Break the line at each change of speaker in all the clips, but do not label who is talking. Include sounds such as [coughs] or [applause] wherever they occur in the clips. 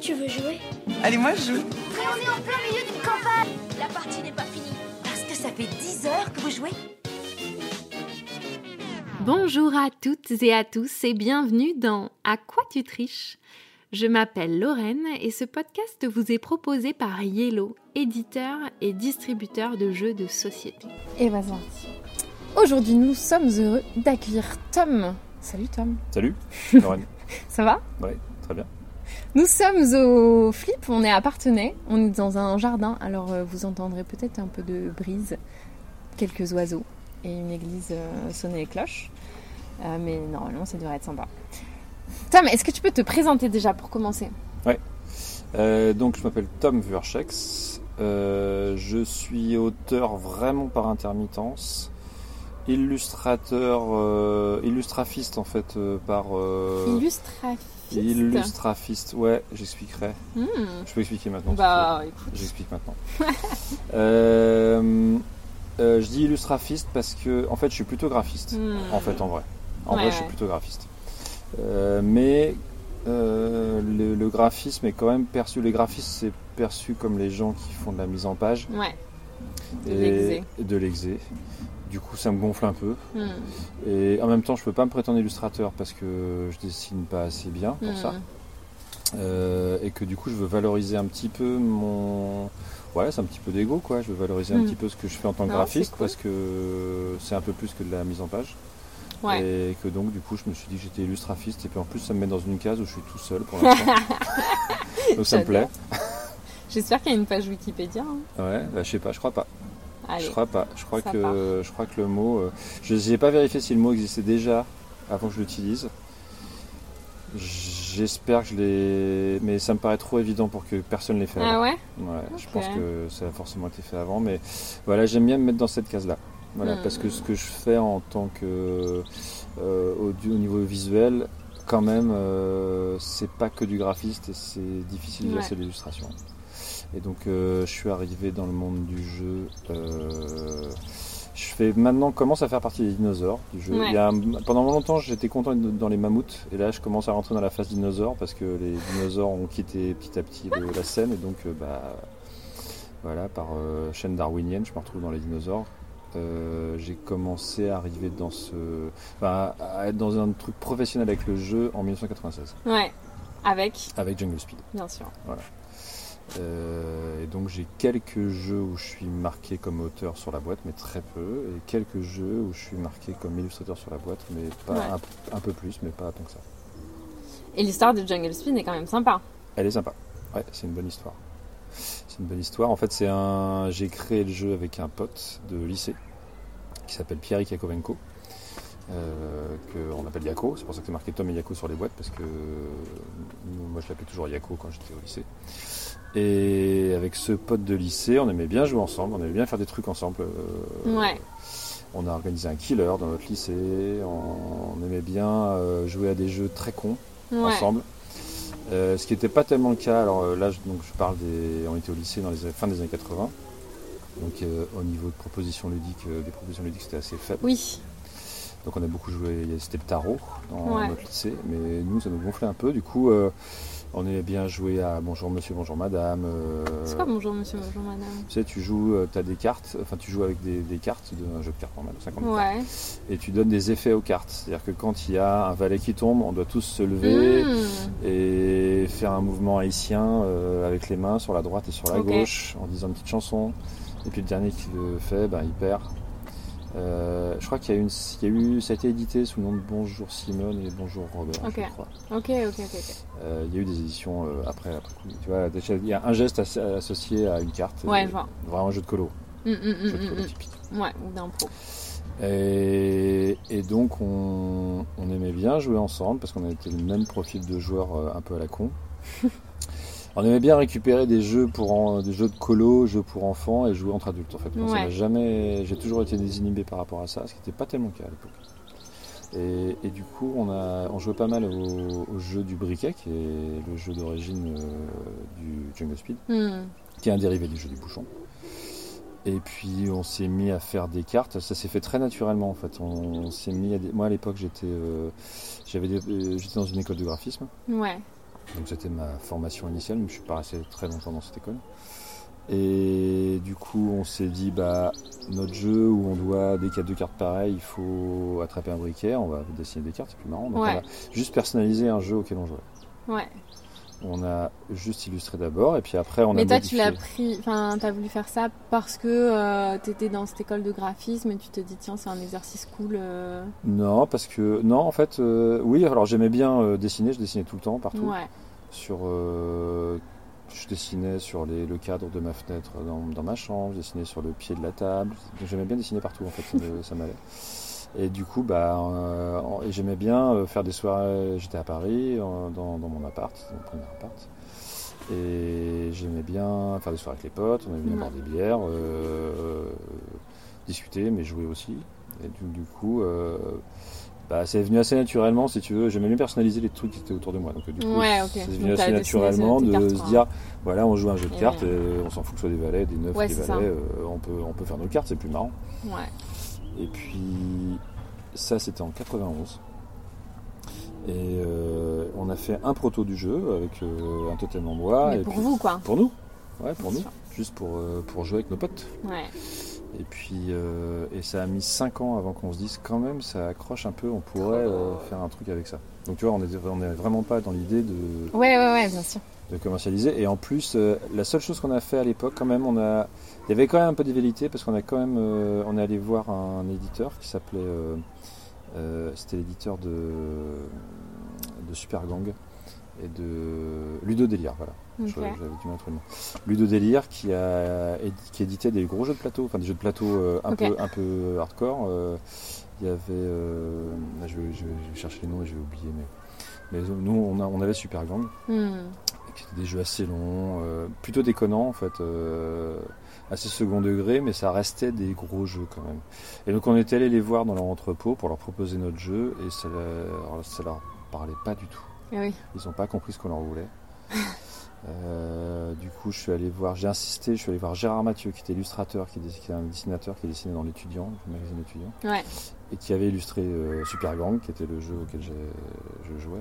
tu veux jouer
Allez, moi je joue.
Mais on est en plein milieu d'une campagne La partie n'est pas finie. Parce que ça fait 10 heures que vous jouez
Bonjour à toutes et à tous et bienvenue dans À quoi tu triches Je m'appelle Lorraine et ce podcast vous est proposé par Yellow, éditeur et distributeur de jeux de société.
Et vas Aujourd'hui, nous sommes heureux d'accueillir Tom. Salut Tom,
Salut, Lorraine.
ça va
Ouais, très bien.
Nous sommes au Flip, on est à Partenay, on est dans un jardin, alors euh, vous entendrez peut-être un peu de brise, quelques oiseaux et une église euh, sonner les cloches. Euh, mais normalement, ça devrait être sympa. Tom, est-ce que tu peux te présenter déjà pour commencer
Euh, donc, je m'appelle Tom Vuerchex. Euh, je suis auteur vraiment par intermittence, illustrateur, euh, illustrafiste en fait euh, par. euh,
Illustrafiste.
illustrafiste, ouais, j'expliquerai.
Hmm.
Je peux expliquer maintenant. si tu veux.
Bah, écoute,
J'explique maintenant. Euh, euh, je dis illustrafiste parce que, en fait, je suis plutôt graphiste.
Hmm.
En fait, en vrai. En
Ouais,
vrai, je suis
ouais.
plutôt graphiste. Euh, mais euh, le, le graphisme est quand même perçu. Les graphistes, c'est perçu comme les gens qui font de la mise en page.
hmm. ouais. De
et-
l'exé.
De l'exé. Du coup, ça me gonfle un peu.
Hmm.
Et en même temps, je peux pas me prétendre illustrateur parce que je dessine pas assez bien pour
Hmm.
ça. Euh, et que du coup je veux valoriser un petit peu mon ouais c'est un petit peu d'ego quoi je veux valoriser un
Mm.
petit peu ce que je fais en tant que
Non,
graphiste
c'est cool.
parce que c'est un peu plus que de la mise en page
Ouais.
et que donc du coup je me suis dit que j'étais illustrafiste et puis en plus ça me met dans une case où je suis tout seul
[laughs]
pour l'instant donc ça me plaît
J'adore. [laughs] J'espère qu'il y a une page Wikipédia. hein.
ouais bah, je sais pas je crois pas
Allez.
je crois pas je crois
ça
que
part.
je crois que le mot euh, je n'ai pas vérifié si le mot existait déjà avant que je l'utilise J'espère que je l'ai. Mais ça me paraît trop évident pour que personne l'ait fait. avant.
Ah ouais
Ouais, je
Ok.
pense que ça a forcément été fait avant, mais voilà, j'aime bien me mettre dans cette case-là. Voilà,
Hmm.
parce que ce que je fais en tant que euh, audio- au niveau visuel, quand même, euh, c'est pas que du graphiste et c'est difficile
Ouais.
de c'est l'illustration. Et donc, euh, je suis arrivé dans le monde du jeu. euh, je fais maintenant commence à faire partie des dinosaures du jeu.
Ouais.
Il y a un- pendant longtemps, j'étais content d'être dans les mammouths, et là, je commence à rentrer dans la phase dinosaure parce que les dinosaures ont quitté petit à petit le- la scène, et donc, euh, bah, voilà, par euh, chaîne darwinienne, je me retrouve dans les dinosaures. Euh, j'ai commencé à arriver dans ce, enfin, à être dans un truc professionnel avec le jeu en 1996
Ouais. Avec,
avec Jungle Speed.
bien sûr.
Euh, et donc j'ai quelques jeux où je suis marqué comme auteur sur la boîte, mais très peu, et quelques jeux où je suis marqué comme illustrateur sur la boîte, mais pas
Ouais.
un, un peu plus, mais pas tant que ça.
Et l'histoire de Jungle Speed est quand même sympa.
Elle est sympa. Ouais, c'est une bonne histoire. C'est une bonne histoire. En fait, c'est un. J'ai créé le jeu avec un pote de lycée qui s'appelle Pierre Iakovenko, euh, qu'on appelle Yako. C'est pour ça que c'est marqué Tom et Yako sur les boîtes parce que euh, moi je l'appelais toujours Yako quand j'étais au lycée. Et avec ce pote de lycée, on aimait bien jouer ensemble, on aimait bien faire des trucs ensemble. euh,
Ouais.
on a organisé un killer dans notre lycée, on, on aimait bien euh, jouer à des jeux très cons
Ouais.
ensemble. Euh, ce qui n'était pas tellement le cas, alors euh, là je, donc, je parle des. On était au lycée dans les années- fin des années 80. Donc euh, au niveau de propositions ludiques, euh, des propositions ludiques c'était assez faible.
Oui.
Donc on a beaucoup joué, c'était le tarot dans
Ouais.
notre lycée, mais nous ça nous gonflait un peu. Du coup euh, on aimait bien jouer à bonjour monsieur, bonjour madame. euh,
C'est quoi bonjour monsieur, bonjour madame
tu sais, tu joues, tu as des cartes, enfin tu joues avec des, des cartes, de, un jeu de cartes normal, 50 cartes
Ouais.
et tu donnes des effets aux cartes. C'est-à-dire que quand il y a un valet qui tombe, on doit tous se lever
Hmm.
Mmh.
et faire un mouvement haïtien euh, avec les mains sur la droite et sur la
Ok.
gauche en disant une petite chanson. Et puis le dernier qui le fait, ben, il perd. Euh, je crois qu'il y a, une, il y a eu, ça a été édité sous le nom de Bonjour Simone et Bonjour Robert,
Ok.
je crois.
Ok, ok, ok. ok.
Euh, il y a eu des éditions euh, après, après coup. Tu vois, déjà, il y a un geste asso- associé à une carte.
Ouais,
Et-
je vois.
Vraiment un jeu de colo,
Hmm,
Mmh, mmh,
jeu de
mmh,
colo
mmh,
typique.
mmh. Ouais, ou d'un pro.
Et, et donc on, on aimait bien jouer ensemble parce qu'on était le même profil de joueur euh, un peu à la con. on aimait bien récupérer des jeux pour en- des jeux de colo, jeux pour enfants et jouer entre adultes en fait. Moi, ça
Ouais.
m'a jamais, j'ai toujours été désinhibé par rapport à ça, ce qui n'était pas tellement le cas à l'époque. Et, et du coup, on, a, on jouait pas mal au, au jeu du briquet, qui est le jeu d'origine euh, du Jungle Speed
Hmm.
Mmh.
qui est un dérivé du jeu du bouchon. Et puis on s'est mis à faire des cartes, ça s'est fait très naturellement en fait. On, on s'est mis à des- Moi à l'époque j'étais euh, j'avais des- euh, j'étais dans une école de graphisme
Ouais.
Donc c'était ma formation initiale, mais je suis pas resté très longtemps dans cette école. Et du coup, on s'est dit, bah, notre jeu où on doit, dès qu'il y a deux cartes pareilles, il faut attraper un briquet, on va dessiner des cartes, c'est plus marrant. Donc
Ouais.
on a juste personnalisé un jeu auquel on jouait.
Ouais.
On a juste illustré d'abord, et puis après, on a
Mais toi, tu
modifié.
l'as pris, enfin, t'as voulu faire ça parce que euh, t'étais dans cette école de graphisme et tu te dis, tiens, c'est un exercice cool. euh,
Non, parce que, non, en fait, euh, oui, alors j'aimais bien euh, dessiner, je dessinais tout le temps, partout.
Ouais.
sur euh, je dessinais sur les- le cadre de ma fenêtre dans, dans ma chambre, je dessinais sur le pied de la table. J'aimais bien dessiner partout en fait, ça me- ça m'allait. Et du coup, bah, euh, en- et j'aimais bien euh, faire des soirées. J'étais à Paris, en- dans, dans mon appart, dans mon premier appart. Et j'aimais bien faire des soirées avec les potes, on aimait bien
Ouais.
boire des bières, euh, euh, discuter, mais jouer aussi. Et du, du coup, euh, bah, c'est venu assez naturellement, si tu veux. J'aimais bien personnaliser les trucs qui étaient autour de moi. Donc, euh, du coup,
Ouais, ok.
c'est
Donc,
venu
t'as dessiné
assez naturellement
tes
de
cartes,
se
quoi.
dire voilà, on joue à un jeu de
Et
cartes,
ouais.
euh, on s'en fout que ce soit des valets, des neufs,
Ouais,
des
c'est ça.
valets, euh, on, peut, on peut faire nos cartes, c'est plus marrant.
Ouais.
Et puis, ça, c'était en 91. Et euh, on a fait un proto du jeu avec euh, un totem en bois.
Mais
et
pour
puis-
vous, quoi.
Pour nous Ouais, pour
Bien
nous.
sûr.
Juste pour, euh, pour jouer avec nos potes.
Ouais.
Et puis, euh, et ça a mis 5 ans avant qu'on se dise quand même, ça accroche un peu, on pourrait euh, faire un truc avec ça. Donc tu vois, on n'est on est vraiment pas dans l'idée de,
Ouais, ouais, ouais, bien sûr.
de commercialiser. Et en plus, euh, la seule chose qu'on a fait à l'époque, quand même, on a, il y avait quand même un peu des velléités parce qu'on a quand même, euh, on est allé voir un éditeur qui s'appelait, euh, euh, c'était l'éditeur de, de Super Gang et de Ludo Délire, voilà.
Ok.
Je- J'avais du mal à trouver le nom. Ludo Délire qui a édi- qui éditait des gros jeux de plateau, enfin des jeux de plateau euh, un
Ok.
peu un peu hardcore. euh, il y avait, euh, là, je, vais, je vais- je vais chercher les noms et je vais oublier, mais, mais euh, nous on, a- on avait Super Gang
Hmm.
qui étaient des jeux assez longs, euh, plutôt déconnants en fait, euh, assez second degré, mais ça restait des gros jeux quand même. Et donc on était allé les voir dans leur entrepôt pour leur proposer notre jeu et ça leur, ça leur parlait pas du tout.
Eh oui.
Ils n'ont pas compris ce qu'on leur
[laughs]
voulait. Euh, du coup, je suis allé voir, j'ai insisté, je suis allé voir Gérard Mathieu qui était illustrateur, qui, est- qui est un dessinateur qui dessinait dans l'étudiant, le magazine étudiant
Ouais.
et qui avait illustré euh, Super Gang, qui était le jeu auquel j'ai- je jouais.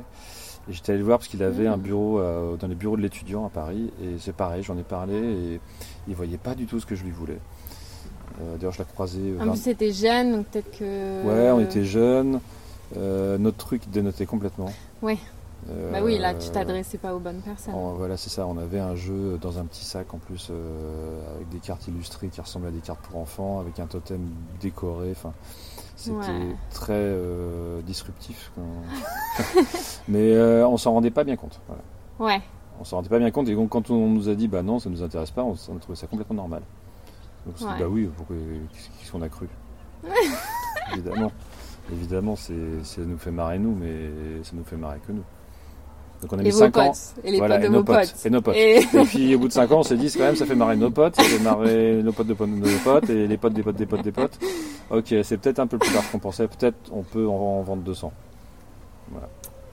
Et j'étais allé le voir parce qu'il avait
Mhm.
un bureau euh, dans les bureaux de l'étudiant à Paris, et c'est pareil, j'en ai parlé, et il voyait pas du tout ce que je lui voulais. Euh, D'ailleurs, je l'ai croisé. euh,
En plus, c'était jeune, donc peut-être que.
Ouais, on était jeunes, euh, notre truc dénotait complètement.
Ouais.
Euh,
Bah oui, là, tu t'adressais pas aux bonnes personnes.
on- voilà, c'est ça. On avait un jeu dans un petit sac en plus euh, avec des cartes illustrées qui ressemblaient à des cartes pour enfants, avec un totem décoré. Enfin, c'était
Ouais.
très euh, disruptif. quand- [laughs] Mais euh, on s'en rendait pas bien compte. voilà.
Ouais.
On s'en rendait pas bien compte. Et donc, quand on nous a dit bah non, ça nous intéresse pas, on, s- on a trouvé ça complètement normal. Donc, on s'est dit,
Ouais.
bah oui, pourquoi qu'est-ce qu'est-ce qu'on a
[laughs]
cru Évidemment. Évidemment, c'est- ça nous fait marrer nous, mais ça nous fait marrer que nous. Donc on a
Et
mis
vos
5 ans.
potes. Et les
Voilà,
potes de
et nos
vos
potes.
potes.
Et nos potes.
Et-
Et puis au bout de 5 ans, on s'est dit, c'est quand même, ça fait marrer nos potes, ça fait marrer nos potes de potes de nos potes, et les potes des potes des potes des potes. Ok, c'est peut-être un peu plus tard qu'on pensait, peut-être on peut en, en vendre 200.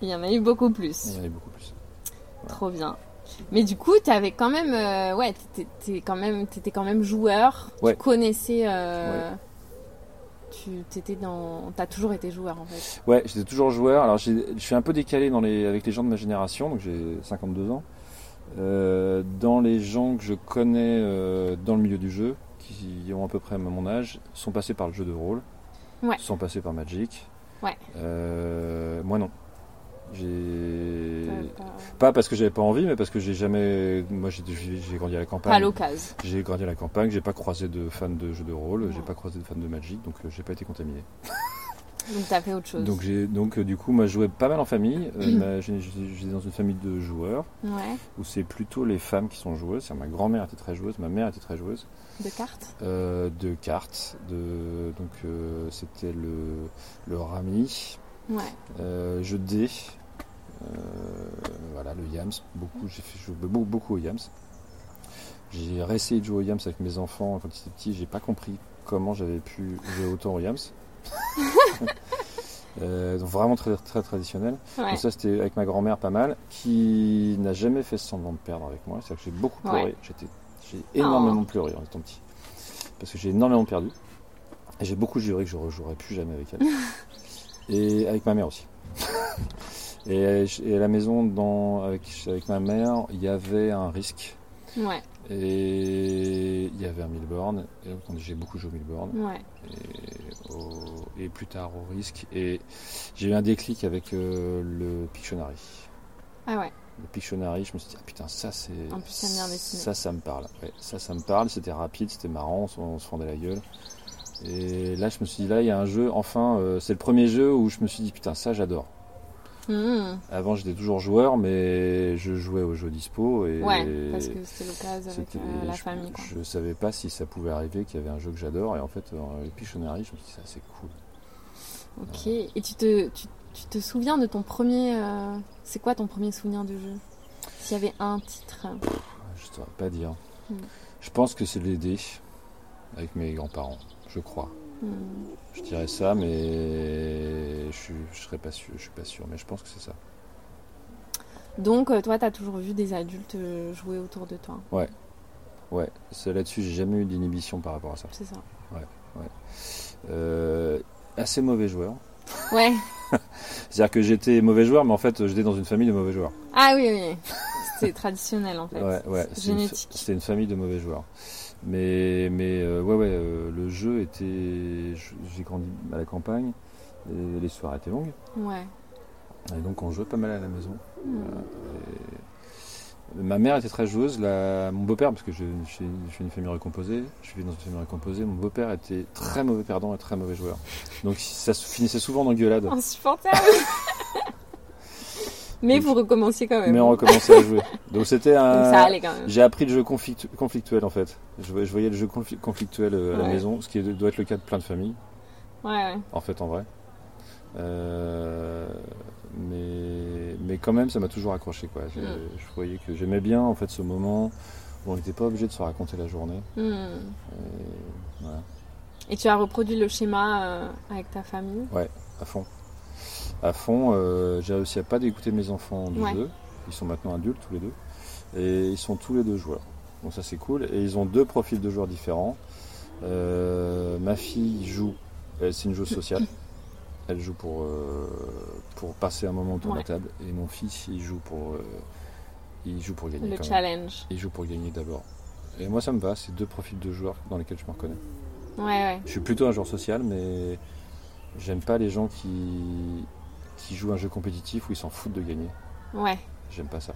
Il y en a eu beaucoup
Il y
plus.
en avait beaucoup plus.
Trop bien. Mais du coup, t'avais quand même, euh, ouais, t'étais- t'es quand même, t'étais quand même joueur.
Ouais.
Tu connaissais. euh, Tu t'étais dans, t'as toujours été joueur en fait.
Ouais, j'étais toujours joueur, alors j'ai- je suis un peu décalé dans les, avec les gens de ma génération, donc j'ai 52 ans. Euh, dans les gens que je connais euh, dans le milieu du jeu, qui ont à peu près mon âge, sont passés par le jeu de rôle,
Ouais.
sont passés par Magic.
Ouais.
Euh, moi non. J'ai.
T'as pas-
Pas parce que j'avais pas envie, mais parce que j'ai jamais. Moi, j'ai- j'ai j'ai grandi à la
Pas à
campagne.
l'occasion.
J'ai grandi à la campagne, j'ai pas croisé de fans de jeux de rôle, j'ai
Ouais.
pas croisé de fans de Magic, donc euh, j'ai pas été contaminé.
Donc t'as fait autre chose.
Donc, j'ai donc euh, du coup, moi, je jouais pas mal en famille. Euh, ma- j'ai- j'ai- J'étais dans une famille de joueurs
Ouais.
où c'est plutôt les femmes qui sont joueuses. C'est-à-dire, Ma grand-mère était très joueuse, ma mère était très joueuse.
De cartes.
Euh, de cartes, de donc euh, c'était le le rami,
Ouais.
euh, jeu de dés, euh, voilà, le Yams, beaucoup, j'ai fait jouer beaucoup, beaucoup au Yams. J'ai réessayé de jouer au Yams avec mes enfants quand ils étaient petits, j'ai pas compris comment j'avais pu jouer autant au Yams. Euh, donc vraiment très très traditionnel.
Ouais.
Donc ça c'était avec ma grand-mère pas mal, qui n'a jamais fait semblant de perdre avec moi. C'est-à-dire que j'ai beaucoup pleuré,
Ouais. Oh.
J'étais- j'ai énormément pleuré en étant petit. Parce que j'ai énormément perdu.
[laughs]
Et j'ai beaucoup juré que je rejouerai plus jamais avec elle. Et avec ma mère aussi. [laughs] Et, et à la maison, dans, avec, avec ma mère, il y avait un risque.
Ouais,
Et il y avait un Milborn. Et donc, on- j'ai beaucoup joué au Milborn.
ouais.
Et, au- et plus tard au risque. Et j'ai eu un déclic avec euh, le Pictionary.
Ah ouais.
Le Pictionary, je me suis dit, ah putain, ça c'est.
En plus, c'est une bande dessinée.
Ça, ça me parle. Ouais, ça, ça me parle. C'était rapide, c'était marrant, on, se- on se fendait la gueule. Et là, je me suis dit, là, il y a un jeu, enfin, euh, c'est le premier jeu où je me suis dit, putain, ça j'adore.
Mmh.
Avant, j'étais toujours joueur, mais je jouais aux jeux dispo. Et
Ouais, parce que c'était l'occasion avec
c'était-
euh, la
je,
famille. Quoi.
je savais pas si ça pouvait arriver qu'il y avait un jeu que j'adore. Et en fait, euh, le Pictionary, je me suis dit, ça c'est cool.
Ok.
Ok. Et tu te, tu, tu te souviens de ton premier. euh, C'est quoi ton premier souvenir du jeu S'il y avait un titre.
Je saurais pas dire.
Mm.
Je pense que c'est les dés avec mes grands-parents, je crois.
Hmm.
Je dirais ça, mais je, suis- je serais pas sûr, je suis pas sûr, mais je pense que c'est ça.
Donc, euh, toi, t'as toujours vu des adultes euh, jouer autour de toi.
Ouais, c'est là-dessus, j'ai jamais eu d'inhibition par rapport à ça.
C'est ça.
Euh, assez mauvais joueur.
Ouais.
C'est-à-dire que j'étais mauvais joueur, mais en fait, j'étais dans une famille de mauvais joueurs.
Ah oui, oui. C'était traditionnel en fait.
Ouais, ouais,
C'est
c'est une,
génétique.
c'est une famille de mauvais joueurs. Mais, mais euh, ouais, ouais, euh, le jeu était. je- J'ai grandi à la campagne, et les soirées étaient longues,
Ouais.
et donc on jouait pas mal à la maison.
Hmm.
Euh, Et Euh, Ma mère était très joueuse, la- mon beau-père, parce que je, je suis je suis une famille recomposée, je suis dans une famille recomposée, mon beau-père était très mauvais perdant et très mauvais joueur. Donc ça se finissait souvent en engueulade,
[laughs]
[laughs]
Insupportable. Mais vous recommenciez quand même.
mais on recommençait à jouer. Donc c'était
Donc ça
un...
allait quand même.
J'ai appris le jeu conflictu- conflictuel en fait. Je, voy- je voyais le jeu confli- conflictuel euh, à la
Ouais.
maison, ce qui est- doit être le cas de plein de familles,
Ouais, ouais.
en fait en vrai. Euh, mais, mais quand même ça m'a toujours accroché quoi. Je,
Mm.
je voyais que j'aimais bien en fait ce moment où on n'était pas obligé de se raconter la journée. Euh,
Hmm.
Et voilà,
Et tu as reproduit le schéma euh, avec ta famille.
à fond. À fond, euh, j'ai réussi à pas dégoûter mes enfants du
Ouais.
jeu. Ils sont maintenant adultes tous les deux. Et ils sont tous les deux joueurs. Donc ça c'est cool. Et ils ont deux profils de joueurs différents. Euh, ma fille joue, elle, c'est une joueuse sociale.
[coughs]
Elle joue pour, euh, pour passer un moment autour de la table. Et mon fils, il joue pour, euh, il joue pour gagner.
Le
quand même.
challenge.
Il joue pour gagner d'abord. Et moi ça me va, c'est deux profils de joueurs dans lesquels je me reconnais.
Ouais, ouais.
Je suis plutôt un joueur social, mais j'aime pas les gens qui, qui jouent un jeu compétitif où ils s'en foutent de gagner.
Ouais.
J'aime pas ça.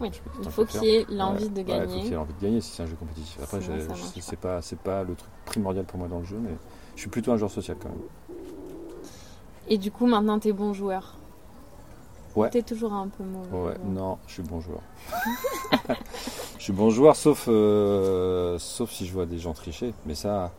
Oui,
Je sais pas
Il
tant
faut
qu'à faire.
qu'il y ait l'envie
Ouais,
de
ouais, il faut qu'il y
gagner.
ait l'envie de gagner si c'est un jeu compétitif. Après,
Sinon,
je-
ça
je-
marche
c'est pas, c'est pas le truc primordial pour moi dans le jeu, mais je suis plutôt un joueur social quand même.
Et du coup, maintenant, t'es bon joueur.
Ouais.
T'es toujours un peu mauvais.
Ouais,
joueur.
non, je suis bon joueur. [laughs] je suis bon joueur, sauf, euh, sauf si je vois des gens tricher. Mais ça,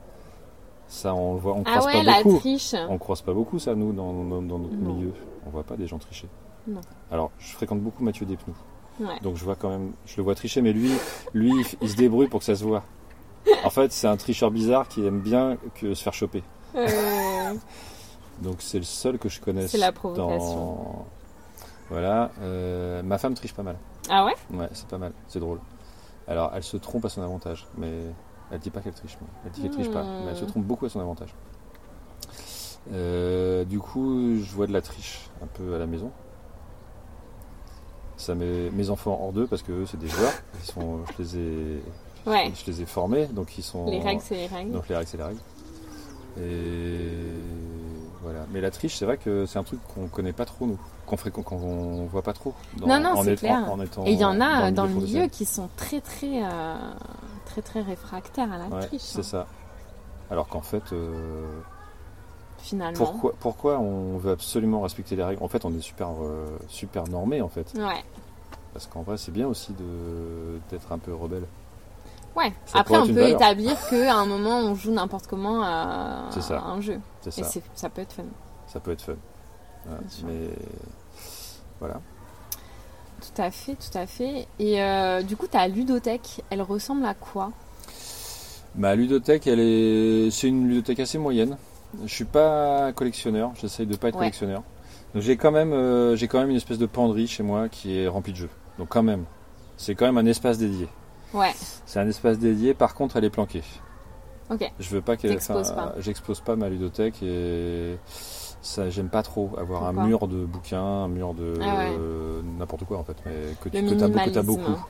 ça on le voit, on
Ah
croise
ouais,
pas
la
beaucoup.
triche.
On croise pas beaucoup ça, nous, dans, dans- dans notre
Non.
milieu. On voit pas des gens tricher.
Non.
Alors, je fréquente beaucoup Mathieu Despnous.
Ouais.
Donc, je vois quand même, je le vois tricher, mais lui, lui, il- il se débrouille pour que ça se voit. En fait, c'est un tricheur bizarre qui aime bien que se faire choper.
Euh,
Donc, c'est le seul que je connaisse.
C'est la provocation.
dans- Voilà. euh, ma femme triche pas mal.
Ah ouais
Ouais, c'est pas mal. C'est drôle. Alors, elle se trompe à son avantage, mais elle dit pas qu'elle triche. mais Elle dit qu'elle triche pas,
Hmm.
mais elle se trompe beaucoup à son avantage. Euh, du coup, je vois de la triche un peu à la maison. Ça met mes enfants hors deux parce que eux, c'est des joueurs. Ils sont, je les ai,
Ouais.
je les ai formés, donc ils sont.
Les règles, c'est les règles.
Donc les règles, c'est les règles. Et voilà. Mais la triche, c'est vrai que c'est un truc qu'on connaît pas trop nous, qu'on fréquente, qu'on voit pas trop. dans-
Non, non,
en
c'est
étant-
clair.
en étant
Et il y en a euh, dans le
professionnel.
milieu qui sont très, très, euh, très, très réfractaires à la
Ouais,
triche.
c'est
hein,
ça. Alors qu'en fait, euh,
Finalement.
pourquoi, pourquoi on veut absolument respecter les règles En fait, on est super, euh, super normé en fait.
Ouais.
Parce qu'en vrai, c'est bien aussi de d'être un peu rebelle.
Ouais.
Ça
Après,
pourrait
on
être une
peut
valeur.
établir
[laughs]
qu'à un moment, on joue n'importe comment à
C'est ça.
à un jeu.
C'est
Et
ça.
c'est- ça peut être fun.
Ça peut être fun. Voilà.
Bien sûr.
Mais voilà.
Tout à fait, tout à fait. Et euh, du coup, ta ludothèque, elle ressemble à quoi
Ma Bah, ludothèque, elle est, c'est une ludothèque assez moyenne. Je suis pas collectionneur. J'essaye de pas être
Ouais.
collectionneur. Donc j'ai quand même, euh, j'ai quand même une espèce de penderie chez moi qui est remplie de jeux. Donc quand même, c'est quand même un espace dédié.
Ouais.
C'est un espace dédié, par contre elle est planquée.
Ok.
Je veux pas qu'elle.
T'exposes
enfin,
pas.
J'expose pas ma ludothèque et, ça j'aime pas trop avoir
Pourquoi
un mur de bouquins, un mur de
Ah ouais.
euh, n'importe quoi en fait, mais que tu
Le
que t'as beau- que t'as
minimalisme.
beaucoup.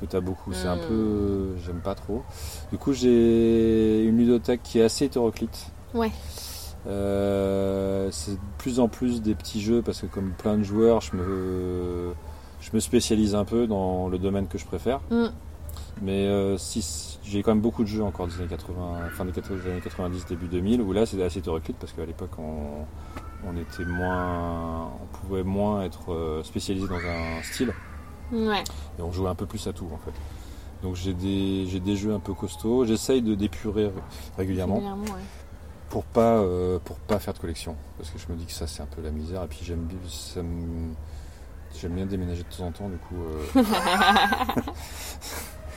Que t'as beaucoup, c'est un
Hmm.
peu. J'aime pas trop. Du coup, j'ai une ludothèque qui est assez hétéroclite.
Ouais.
Euh, c'est de plus en plus des petits jeux parce que, comme plein de joueurs, je me, je me spécialise un peu dans le domaine que je préfère.
Hmm.
Mais euh, si, si- j'ai quand même beaucoup de jeux encore des années 80, fin des 80, des années 90, début 2000, où là c'est assez hétéroclite parce qu'à l'époque on, on était moins, on pouvait moins être euh, spécialisé dans un style
Ouais.
et on jouait un peu plus à tout en fait. Donc j'ai des, j'ai des jeux un peu costauds, j'essaye de d'épurer régulièrement
Régulièrement, ouais.
pour pas euh, pour pas faire de collection parce que je me dis que ça c'est un peu la misère et puis j'aime bien ça me- j'aime bien déménager de temps en temps du coup euh,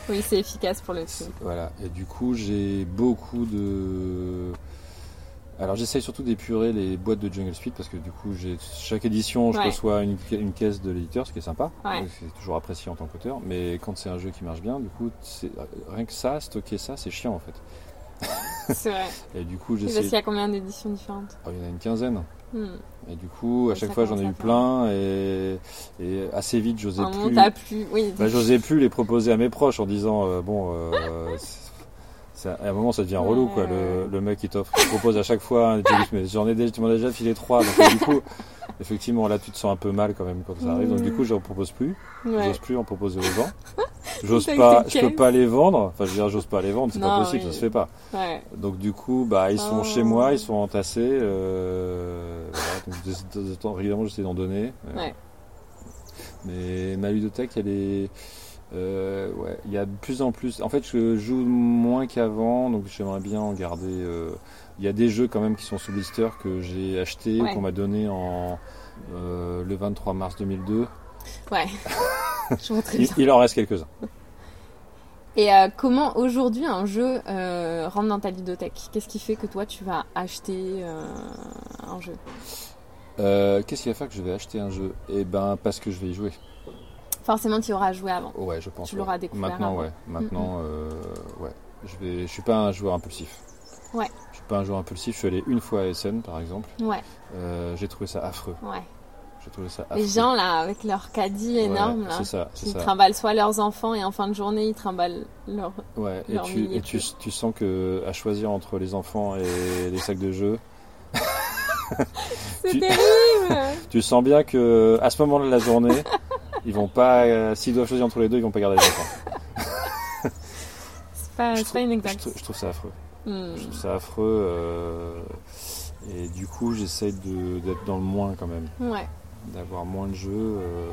Oui, c'est efficace
[laughs]
pour le
c'est-
coup.
voilà et du coup j'ai beaucoup de alors j'essaye surtout d'épurer les boîtes de Jungle Speed parce que du coup j'ai chaque édition je
Ouais.
reçois une, ca- une caisse de l'éditeur ce qui est sympa
Ouais.
Donc, c'est toujours apprécié en tant qu'auteur mais quand c'est un jeu qui marche bien du coup c'est- rien que ça stocker ça c'est chiant en fait
C'est vrai.
et du coup
Oui, bah, Parce
j'essaye
qu'il y a combien d'éditions différentes
Alors, il y en a une quinzaine
Hmm.
Et du coup, à
Ça
chaque fois, j'en ai eu
commence à
plein et, et assez vite, j'osais
Un moment,
plus.
t'as plus. Oui,
Bah, j'osais plus les proposer à mes proches en disant euh, bon, euh, [laughs] c'est- c'est- à un moment, ça devient relou quoi. Le, le mec qui t'offre, qui propose à chaque fois, un James, mais j'en ai déjà, tu m'en as déjà filé trois. Donc, euh, du
[laughs]
coup, effectivement, là, tu te sens un peu mal quand même quand ça arrive. Donc, du coup, je ne propose plus.
Mmh. ouais.
J'ose plus en proposer aux
[laughs]
gens. J'ose
T'as eu
pas,
tes
je peux
caisses.
pas les vendre. Enfin, je veux dire, j'ose pas les vendre, c'est pas
Non,
possible,
oui.
ça se fait pas. [laughs]
ouais.
Donc du coup, bah, ils sont
Oh.
chez moi, ils sont entassés. Euh, voilà, donc, de- de- de temps- régulièrement, j'essaie d'en donner. euh.
Ouais.
Mais ma ludothèque, elle est... euh, ouais, il y a de plus en plus... En fait, je joue moins qu'avant, donc j'aimerais bien en garder... euh, Il y a des jeux quand même qui sont sous blister que j'ai acheté ou
Ouais.
qu'on m'a donné en... euh, le 23 mars 2002.
Je vois très
Il,
bien.
il en reste quelques-uns.
Et euh, comment aujourd'hui un jeu euh, rentre dans ta ludothèque Qu'est-ce qui fait que toi tu vas acheter euh, un jeu
Euh, Qu'est-ce qui va faire que je vais acheter un jeu Eh ben, parce que je vais y jouer.
Forcément, tu auras joué avant.
Ouais, je pense.
Tu
ouais.
l'auras découvert
Maintenant,
avant.
ouais. Maintenant, euh, ouais. Je vais. Je suis pas un joueur impulsif.
Ouais.
Je suis pas un joueur impulsif. Je suis allé une fois à Essen, par exemple.
Ouais,
Euh, j'ai trouvé ça affreux.
ouais.
J'ai trouvé ça affreux.
Les gens là, avec leur caddie
Ah, Ouais,
énorme là,
C'est ça, c'est
qui
ça.
trimballent soit leurs enfants et en fin de journée ils trimballent leur.
Ouais. Et
leur
tu, et tu,
miniature.
tu sens que à choisir entre les enfants et les sacs de jeu,
C'est
[laughs] Tu-
terrible
tu sens bien que à ce moment-là de la
[laughs]
journée, ils vont pas. euh, S'ils doivent choisir entre les deux, ils vont pas garder les enfants.
C'est pas, c'est
Je trouve-
pas
Je,
inexact.
trou- je trouve ça affreux.
Hmm.
Je trouve ça affreux. euh, et du coup, j'essaye de- d'être dans le moins quand même.
Ouais,
d'avoir moins de jeux, euh,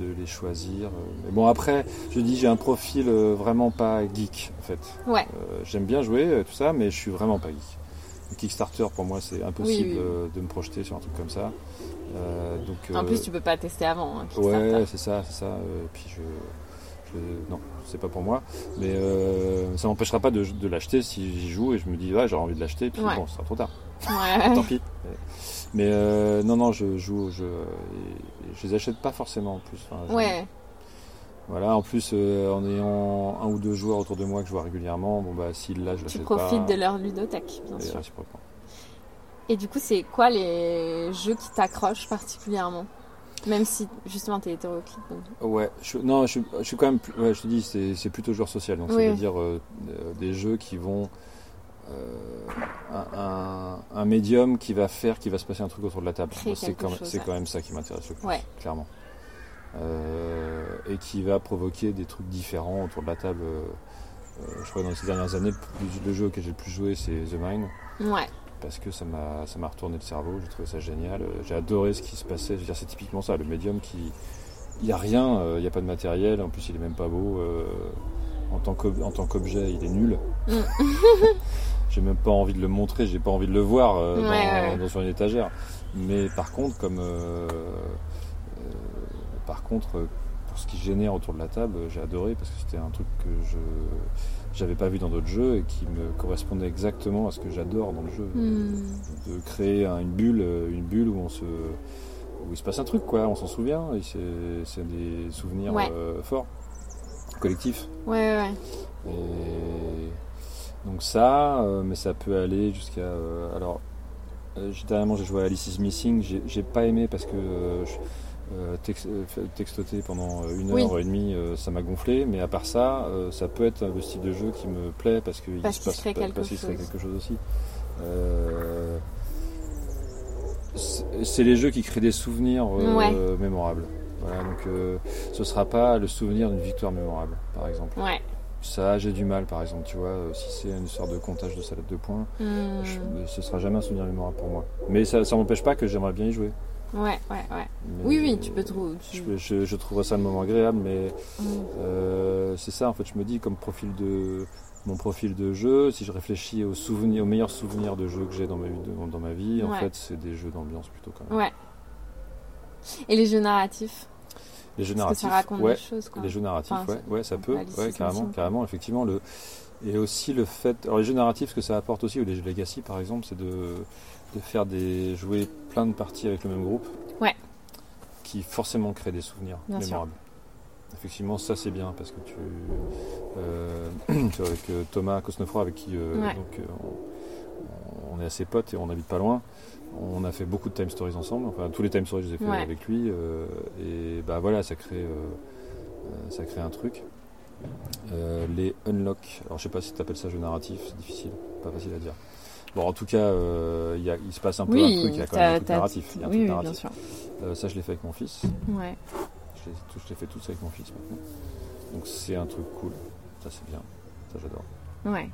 de les choisir. euh. Mais bon, après, je dis, j'ai un profil euh, vraiment pas geek, en fait.
Ouais.
Euh, J'aime bien jouer, euh, tout ça, mais je suis vraiment pas geek. Le Kickstarter, pour moi, c'est impossible
Oui, oui, oui.
euh, de me projeter sur un truc comme ça. Euh, donc,
en
euh,
plus tu peux pas tester avant. hein, Kickstarter.
Ouais, c'est ça, c'est ça. euh, puis je. je- non, c'est pas pour moi. Mais euh, ça m'empêchera pas de, de l'acheter si j'y joue et je me dis, ouais, j'aurais envie de l'acheter, puis
Ouais.
bon, ce sera trop tard.
Ouais.
[laughs] Tant pis. Mais euh, non, non, je joue aux jeux. euh, et- et je les achète pas forcément en plus. Enfin, je-
Ouais,
Voilà, en plus, euh, en ayant un ou deux joueurs autour de moi que je vois régulièrement, bon bah si là je
tu
l'achète pas. euh,
profites de leur ludothèque, bien
et
sûr.
réciproquement.
Et du coup, c'est quoi les jeux qui t'accrochent particulièrement Même si justement t'es hétéroclite. donc.
Ouais, je, non, je, je suis quand même. plus- ouais, je te dis, c'est c'est plutôt joueur social. Donc
Oui.
ça veut dire euh, euh, des jeux qui vont. euh, un, un- un médium qui va faire, qui va se passer un truc autour de la table.
Créer
Moi, C'est
quelque
quand, même-
chose,
c'est
ouais.
quand même ça qui m'intéresse le plus.
Ouais.
clairement. Euh, et qui va provoquer des trucs différents autour de la table. Euh, euh, je crois que dans ces dernières années, plus- le jeu auquel j'ai le plus joué, c'est The Mine,
Ouais.
parce que ça m'a ça m'a retourné le cerveau, j'ai trouvé ça génial, Euh, j'ai adoré ce qui se passait, je veux dire, c'est typiquement ça, le médium qui... Il n'y a rien, euh, il n'y a pas de matériel, en plus il est même pas beau, euh, en tant qu'ob- en tant qu'objet il est nul.
Mm.
[laughs] j'ai même pas envie de le montrer, j'ai pas envie de le voir euh, dans,
Ouais, ouais, ouais.
dans- sur une étagère. Mais par contre, comme... euh, euh, par contre, euh, pour ce qui génère autour de la table, euh, j'ai adoré parce que c'était un truc que je j'avais pas vu dans d'autres jeux et qui me correspondait exactement à ce que j'adore dans le jeu,
Hmm.
de créer un- une bulle, euh, une bulle où on se où il se passe un truc quoi, on s'en souvient et c'est- c'est des souvenirs
Ouais.
euh, forts, collectifs.
Ouais, ouais, ouais.
Et donc ça, euh, mais ça peut aller jusqu'à. euh, alors, Euh, j'ai- dernièrement, j'ai joué à Alice is Missing. J'ai j'ai pas aimé parce que euh, je- euh, tex- euh, fait- textoter pendant euh, une
Oui.
heure et demie, euh, ça m'a gonflé. Mais à part ça, euh, ça peut être le style de jeu qui me plaît parce qu'il
Parce
se
qu'il
passe
se crée
pas-
quelque
parce qu'il se crée
chose.
quelque chose aussi. Euh, c'est c'est les jeux qui créent des souvenirs euh,
Ouais.
mémorables. Voilà, donc euh, ce sera pas le souvenir d'une victoire mémorable, par exemple.
Ouais.
Ça, j'ai du mal, par exemple, tu vois, euh, si c'est une sorte de comptage de salade de points,
Hmm.
je- euh, ce sera jamais un souvenir mémorable pour moi. Mais ça, ça m'empêche pas que j'aimerais bien y jouer.
Ouais, ouais, ouais.
Mais
Oui,
je-
oui, tu peux trouver. tu-
Je, je- je trouverais ça le moment agréable, mais
Hmm.
euh, c'est ça, en fait, je me dis, comme profil de mon profil de jeu, si je réfléchis aux souvenirs, aux meilleurs souvenirs de jeux que j'ai dans ma vie, dans, dans ma vie en
Ouais.
fait, c'est des jeux d'ambiance plutôt quand même.
Ouais. Et les jeux narratifs
Les jeux
Parce que ça
narratifs,
raconte
ouais,
des choses, quoi.
Les jeux narratifs,
Ah. Enfin,
ouais, ouais, ça peut,
Alice
ouais,
is
carrément,
Missing.
carrément, effectivement. Le... Et aussi le fait, alors les jeux narratifs, ce que ça apporte aussi, ou les jeux Legacy par exemple, c'est de... de faire des. jouer plein de parties avec le même groupe.
Ouais.
Qui forcément crée des souvenirs
Bien sûr.
mémorables. Effectivement, ça c'est bien parce que tu. euh, tu vois, avec euh, Thomas Cosnefroy, avec qui euh,
Ouais.
donc, euh, on... on est assez potes et on n'habite pas loin. On a fait beaucoup de time stories ensemble. Enfin, tous les time stories, je les ai fait
Ouais.
avec lui. euh, et bah voilà, ça crée, euh, euh, ça crée un truc. Euh, les unlock. Alors, je sais pas si tu appelles ça jeu narratif. C'est difficile, pas facile à dire. Bon, en tout cas, euh, il y a- il se passe un peu un truc. Il y a quand même un
t'as-
truc
t'as-
narratif. Il y a un
oui,
truc
oui, bien
narratif.
sûr.
Euh, ça, je l'ai fait avec mon fils.
Ouais.
Je l'ai tout- je l'ai fait tous avec mon fils maintenant. Donc, c'est un truc cool. Ça, c'est bien. Ça, j'adore.
Ouais.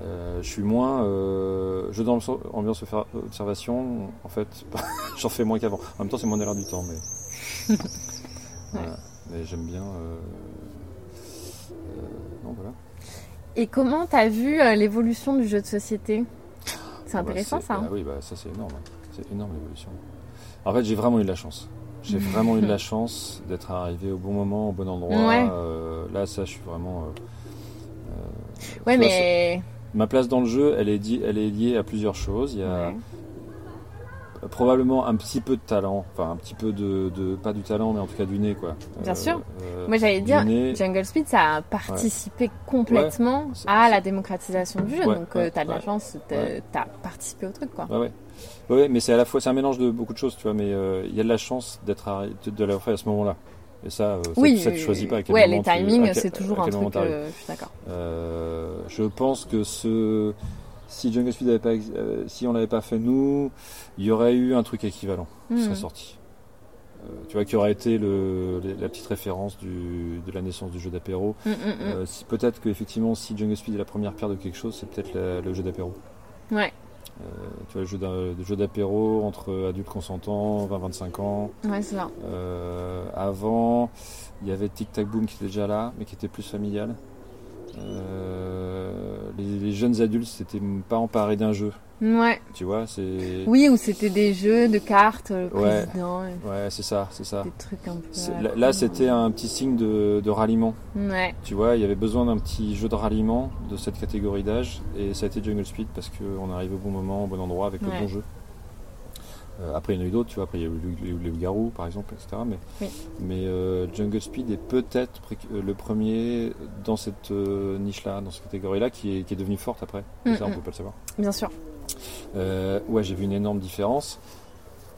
Euh, je suis moins. Euh, jeu d'ambiance ambiance obfer- observation, en fait, [laughs] j'en fais moins qu'avant. En même temps, c'est mon erreur du temps, mais.
[laughs]
Voilà. Mais j'aime bien. euh, euh, non, voilà.
Et comment t'as vu euh, l'évolution du jeu de société C'est
Bah,
intéressant
c'est-
ça. hein.
bah oui, bah, ça c'est énorme. C'est énorme l'évolution. En fait, j'ai vraiment eu de la chance.
[laughs]
J'ai vraiment eu de la chance d'être arrivé au bon moment, au bon endroit.
Ouais.
Euh, là, ça, je suis vraiment. euh,
ouais,
tu vois,
mais.
Ma place dans le jeu, elle est, di- elle est liée à plusieurs choses. Il y a
Ouais.
Bah, probablement un petit peu de talent, enfin un petit peu de, de- pas du talent, mais en tout cas du nez, quoi.
Bien sûr.
euh,
Moi j'allais
du
dire,
nez.
Jungle Speed ça a participé complètement
C'est-
à
c'est-
la démocratisation du jeu.
Ouais,
donc euh,
ouais,
t'as de la
ouais.
chance, t'as
Ouais.
t'as participé au truc quoi.
Ouais, ouais. Ouais, ouais, mais c'est à la fois, c'est un mélange de beaucoup de choses, tu vois. Mais euh, il y a de la chance d'être arri- de- de l'avoir fait à ce moment-là. Et ça, euh, ça,
oui,
ça, tu choisis pas. À quel
ouais,
moment
les
tu- à
timings,
quel-
c'est toujours
à
un
quel moment
truc.
t'arrives.
euh, je suis d'accord.
Euh, je pense que ce, si Jungle Speed avait pas, ex- euh, si on l'avait pas fait nous, il y aurait eu un truc équivalent qui
Mhm.
serait sorti. Euh, tu vois, qui aurait été le, les- la petite référence du, de la naissance du jeu d'apéro.
Mm, mm, mm.
Euh, si, peut-être que effectivement, si Jungle Speed est la première pierre de quelque chose, c'est peut-être la- le jeu d'apéro.
Ouais,
Euh, tu vois, le jeu d'un- le jeu d'apéro entre adultes consentants, 20-25 ans.
ouais, c'est ça.
Euh, avant, il y avait Tic Tac Boom qui était déjà là, mais qui était plus familial. Euh, les, les jeunes adultes s'étaient m- pas emparés d'un jeu,
Ouais.
tu vois, c'est
Oui, ou c'était des jeux de cartes, le
Ouais.
président, et
ouais, c'est ça, c'est ça.
des trucs un peu.
C'est-
à la
là,
con.
là, c'était un petit signe de, de ralliement,
Ouais,
tu vois, il y avait besoin d'un petit jeu de ralliement de cette catégorie d'âge, et ça a été Jungle Speed parce qu'on arrive au bon moment, au bon endroit avec
Ouais.
le bon jeu. Euh, après, il y en a eu d'autres, tu vois, après, il y a eu les- les, les loups-garous, par exemple, etc. Mais,
Oui.
mais euh, Jungle Speed est peut-être pré- euh, le premier dans cette euh, niche-là, dans cette catégorie-là, qui est, qui est devenue forte après. Et
Mm,
ça, on
mm.
peut pas le savoir.
bien sûr.
Euh, ouais, j'ai vu une énorme différence.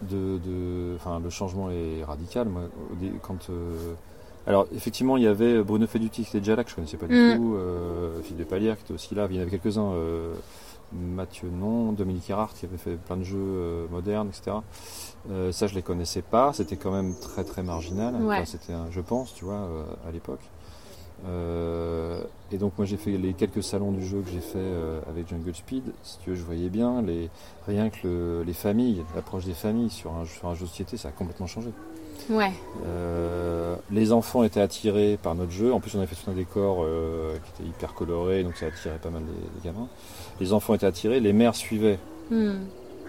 De, de- enfin, le changement est radical. Moi, au dé- quand, euh, alors, effectivement, il y avait Bruno Feduti qui était déjà là, que je connaissais pas du
Mm.
tout. Euh, Philippe de Palière qui était aussi là. Il y en avait quelques-uns. euh, Mathieu Non, Dominique Erhardt qui avait fait plein de jeux euh, modernes, etc. Euh, ça, je les connaissais pas. C'était quand même très très marginal.
Ouais.
Enfin, C'était, un- je pense, tu vois, euh, à l'époque. Euh, et donc moi j'ai fait les quelques salons du jeu que j'ai fait euh, avec Jungle Speed. Si tu veux, je voyais bien les rien que le- les familles, l'approche des familles sur un, sur un jeu de société, ça a complètement changé.
Ouais,
Euh, les enfants étaient attirés par notre jeu. En plus, on avait fait tout un décor euh, qui était hyper coloré, donc ça attirait pas mal les, les gamins. Les enfants étaient attirés, les mères suivaient.
Hmm.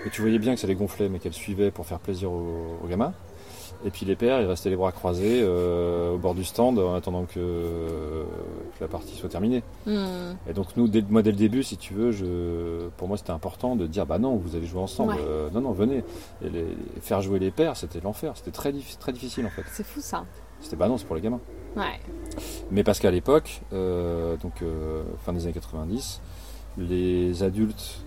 Et tu voyais bien que ça les gonflait, mais qu'elles suivaient pour faire plaisir aux, aux gamins. Et puis les pères, ils restaient les bras croisés euh, au bord du stand en attendant que, que la partie soit terminée.
Hmm.
Et donc nous, dès, moi dès le début, si tu veux, je, pour moi c'était important de dire bah non, vous allez jouer ensemble,
Ouais.
Euh, non non venez. Et les, faire jouer les pères, c'était l'enfer, c'était très, diffi- très difficile en fait.
c'est fou ça.
C'était bah non, c'est pour les gamins.
Ouais,
Mais parce qu'à l'époque, euh, donc euh, fin des années 90, les adultes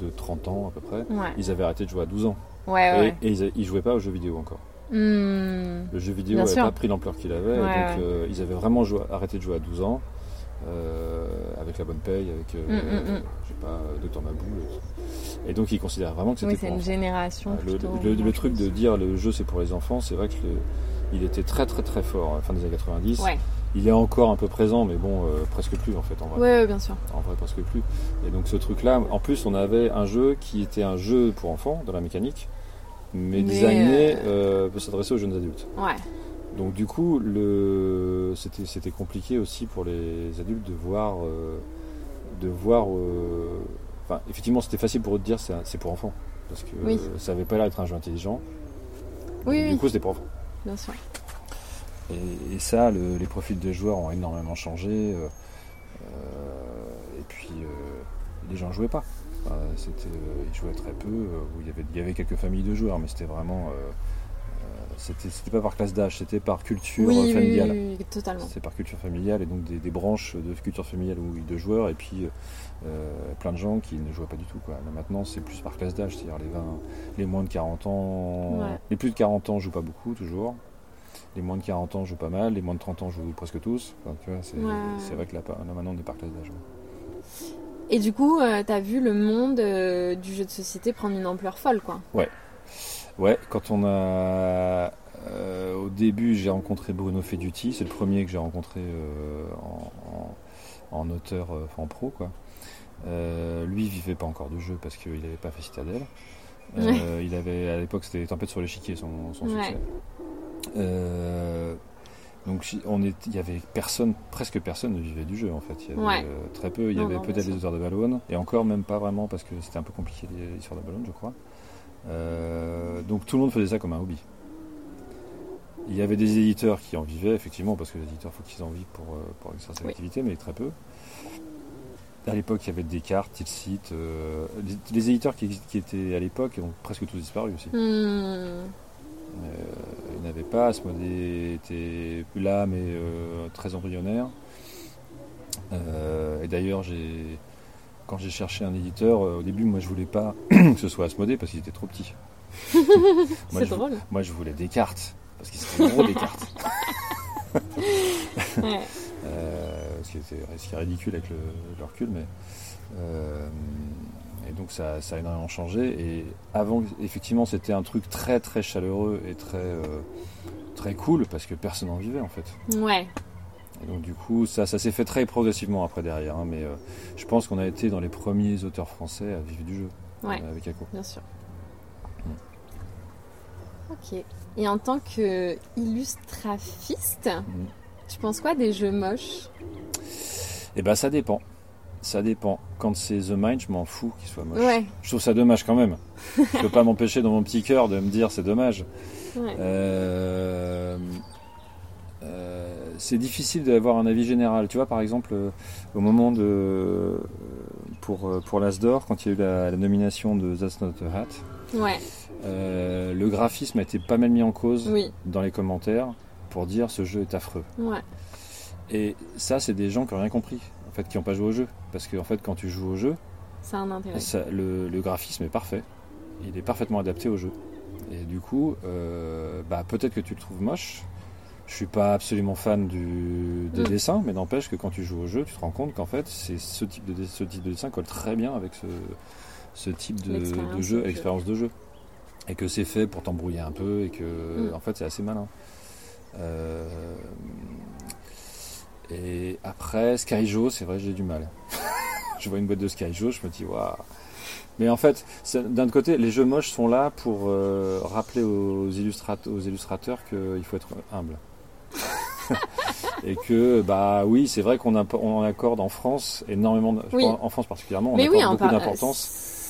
de 30 ans à peu près.
Ouais,
Ils avaient arrêté de jouer à 12 ans.
ouais,
et
Ah ouais.
et ils, ils jouaient pas aux jeux vidéo encore.
Hmm.
Le jeu vidéo
Bien
n'avait
sûr.
pas pris l'ampleur qu'il avait.
Ouais,
et donc
ouais.
euh, ils avaient vraiment joué- arrêté de jouer à 12 ans. euh, avec la bonne paye, avec euh,
Mm, mm, mm.
je sais pas, Docteur Maboul. Et donc ils considéraient vraiment que c'était
Oui,
pour
c'est une
enfants.
génération.
Ah, le,
plutôt,
le- le
moi, je
truc de
pense.
dire le jeu c'est pour les enfants, c'est vrai que le- il était très très très fort euh, fin des années 90.
Ouais.
Il est encore un peu présent, mais bon, euh, presque plus en fait, en vrai.
Ouais, ouais, bien sûr.
En vrai, presque plus. Et donc ce truc-là, en plus, on avait un jeu qui était un jeu pour enfants, dans la mécanique, mais,
Mais,
designé euh, peut s'adresser aux jeunes adultes.
Ouais.
Donc du coup, le... c'était, c'était compliqué aussi pour les adultes de voir... euh, de voir euh, enfin, effectivement, c'était facile pour eux de dire c'est, un- c'est pour enfants. Parce que
Oui.
euh, ça n'avait pas l'air d'être un jeu intelligent.
Oui,
Donc,
oui,
Du coup, c'était pour enfants.
bien sûr.
Et, et ça, le- les profils des joueurs ont énormément changé. euh, euh, et puis, euh, les gens jouaient pas. Enfin, c'était, euh, ils jouaient très peu. euh, où il, y avait, il y avait quelques familles de joueurs, mais c'était vraiment. euh, euh, c'était c'était pas par classe d'âge, c'était par culture
oui,
euh,
oui, oui,
familiale.
oui, oui, totalement.
C'est par culture familiale et donc des, des branches de culture familiale ou de joueurs et puis euh, plein de gens qui ne jouaient pas du tout. Quoi. Mais maintenant c'est plus par classe d'âge, c'est-à-dire les 20, les moins de 40 ans,
Ouais.
les plus de 40 ans jouent pas beaucoup toujours, les moins de 40 ans jouent pas mal, les moins de 30 ans jouent presque tous. Enfin, tu vois, c'est
Ouais.
c'est vrai que là, là, maintenant on est par classe d'âge. ouais.
Et du coup, euh, t'as vu le monde euh, du jeu de société prendre une ampleur folle, quoi.
Ouais, quand on a. euh, au début, j'ai rencontré Bruno Feduti, c'est le premier que j'ai rencontré euh, en, en- en auteur, euh, enfin en pro, quoi. Euh, lui, il vivait pas encore de jeu parce qu'il n'avait pas fait Citadel. Euh, Il avait, à l'époque, c'était Tempête sur l'échiquier, son, son
Ouais.
succès. Euh, donc, si- on est, il y avait personne, presque personne ne vivait du jeu en fait. Il y avait
Ouais.
euh, très peu. Il y
Non,
avait
non, bien
peut-être
sûr.
les auteurs de Ballon, et encore même pas vraiment parce que c'était un peu compliqué les- l'histoire de Ballon, je crois. Euh, donc tout le monde faisait ça comme un hobby. Il y avait des éditeurs qui en vivaient, effectivement, parce que les éditeurs, faut qu'ils en vivent pour, euh, pour exercer
Oui.
l'activité, mais très peu. À l'époque, il y avait des cartes, Tilsit. euh, les, les éditeurs qui, exi- qui étaient à l'époque ont presque tous disparu aussi.
Hmm.
Euh, il n'avait pas, Asmodée était plus là, mais euh, très embryonnaire. Euh, et d'ailleurs, j'ai- quand j'ai cherché un éditeur, euh, au début, moi, je voulais pas [clears throat] que ce soit Asmodée parce qu'il était
[laughs]
trop petit. Moi,
C'est
je vou-
drôle.
Moi, je voulais des cartes parce qu'ils étaient gros des cartes.
[laughs] Ouais.
[laughs] Euh, ce, qui était, ce qui est ridicule avec le, le recul, mais. euh, et donc ça, ça a énormément changé. Et avant, effectivement, c'était un truc très très chaleureux et très euh, très cool parce que personne n'en vivait en fait.
Ouais.
Et donc du coup, ça, ça s'est fait très progressivement après derrière. hein, mais euh, je pense qu'on a été dans les premiers auteurs français à vivre du jeu
Ouais.
euh, avec Ako.
Bien sûr. Ok. Et en tant que illustrafiste,
Mhm.
tu penses quoi des jeux moches
Et ben ça dépend. Ça dépend. Quand c'est The Mind, je m'en fous qu'il soit moche.
Ouais.
Je trouve ça dommage quand même. je peux pas m'empêcher dans mon petit cœur de me dire c'est dommage.
ouais.
Euh, euh, c'est difficile d'avoir un avis général. Tu vois, par exemple, euh, au moment de. euh, pour, euh, pour l'Asdor, quand il y a eu la, la nomination de That's Not a Hat,
Ouais.
euh, le graphisme a été pas mal mis en cause
Oui.
dans les commentaires pour dire ce jeu est affreux.
Ouais.
Et ça, c'est des gens qui n'ont rien compris, en fait, qui n'ont pas joué au jeu. Parce qu'en fait, quand tu joues au jeu,
Ça a un intérêt.
ça- le, le graphisme est parfait. Il est parfaitement adapté au jeu. Et du coup, euh, bah, peut-être que tu le trouves moche. Je suis pas absolument fan du, des
Mm.
dessins, mais n'empêche que quand tu joues au jeu, tu te rends compte qu'en fait, c'est ce type de, dé- ce type de dessin colle très bien avec ce, ce type de,
L'expérience
de jeu,
de jeu.
l'expérience de jeu. Et que c'est fait pour t'embrouiller un peu, et que
Mm.
en fait, c'est assez malin. Euh, et après, Skyjo, c'est vrai, j'ai du mal. [laughs] je vois une boîte de Skyjo, je me dis, waouh. Mais en fait, ça- d'un côté, les jeux moches sont là pour euh, rappeler aux, illustrat- aux illustrateurs qu'il faut être humble. [laughs] et que, bah oui, c'est vrai qu'on impo- on en accorde en France énormément, de- je
Oui.
crois, en France particulièrement, on
Mais oui,
accorde
en
beaucoup
par-
d'importance.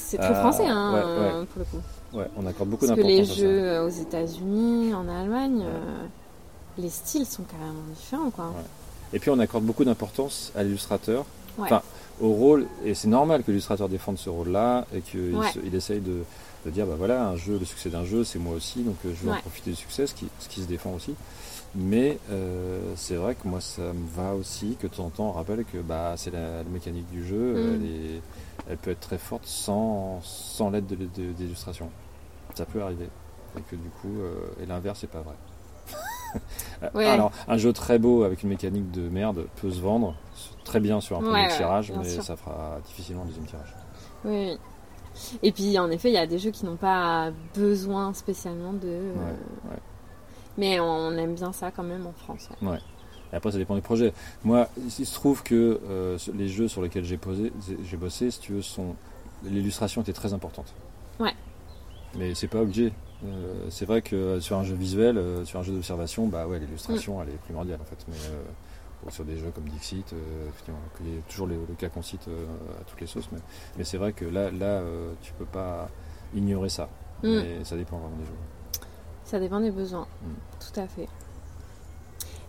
C'est très
Euh,
français, hein,
ouais,
pour le coup.
Ouais, on accorde beaucoup
euh, Parce que les
d'importance. à ça.
jeux euh, aux États-Unis, en Allemagne, euh, les styles sont carrément différents, quoi.
Et puis on accorde beaucoup d'importance à l'illustrateur,
Ouais.
enfin au rôle, et c'est normal que l'illustrateur défende ce rôle-là et qu'il
Ouais.
se- il essaye de, de dire bah voilà, un jeu, le succès d'un jeu, c'est moi aussi, donc euh, je vais en
Ouais.
profiter du succès, ce qui, ce qui se défend aussi. Mais euh, c'est vrai que moi ça me va aussi que de temps en temps on rappelle que bah, c'est la, la mécanique du jeu, euh,
Mm.
elle, est, elle peut être très forte sans, sans l'aide de- de- d'illustration. Ça peut arriver. Et que du coup, euh, et l'inverse, c'est
[laughs]
pas vrai. Euh,
Ouais.
Alors, un jeu très beau avec une mécanique de merde peut se vendre très bien sur un premier
Ouais, ouais,
tirage,
bien
mais
sûr.
ça fera difficilement un deuxième tirage.
Oui, oui. Et puis en effet, il y a des jeux qui n'ont pas besoin spécialement de. euh,
Ouais, ouais.
Mais on aime bien ça quand même en France. ouais.
Et après, ça dépend du projet. Moi, il se trouve que euh, les jeux sur lesquels j'ai posé, j'ai bossé, si tu veux, sont l'illustration était très importante.
Ouais.
Mais c'est pas obligé. Euh, c'est vrai que sur un jeu visuel, euh, sur un jeu d'observation, bah ouais,
Mm.
l'illustration, elle est primordiale en fait. Mais euh, bon, sur des jeux comme Dixit, euh, effectivement, il y a toujours le, le cas qu'on cite euh, à toutes les sauces. Mais, mais c'est vrai que là, là, euh, tu peux pas ignorer ça.
Mm.
Mais ça dépend vraiment des jeux.
Ça dépend des besoins.
Mm.
Tout à fait.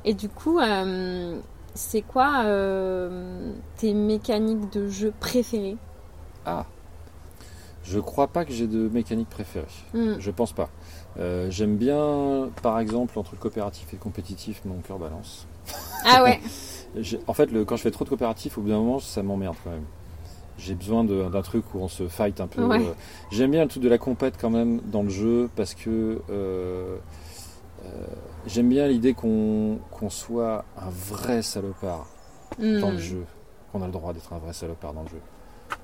Et du coup, euh, c'est quoi euh, tes mécaniques de jeu préférées
Ah, je crois pas que j'ai de mécanique préférée.
Mm.
Je pense pas. Euh, J'aime bien, par exemple, entre le coopératif et le compétitif, mon cœur balance.
Ah
[laughs]
ouais
J'ai- En fait, le- quand je fais trop de coopératif, au bout d'un moment, ça m'emmerde quand même. J'ai besoin de- d'un truc où on se fight un peu.
Ouais.
Euh, J'aime bien le truc de la compète quand même dans le jeu parce que euh, euh, j'aime bien l'idée qu'on qu'on soit un vrai salopard
Mm.
dans le jeu, qu'on a le droit d'être un vrai salopard dans le jeu.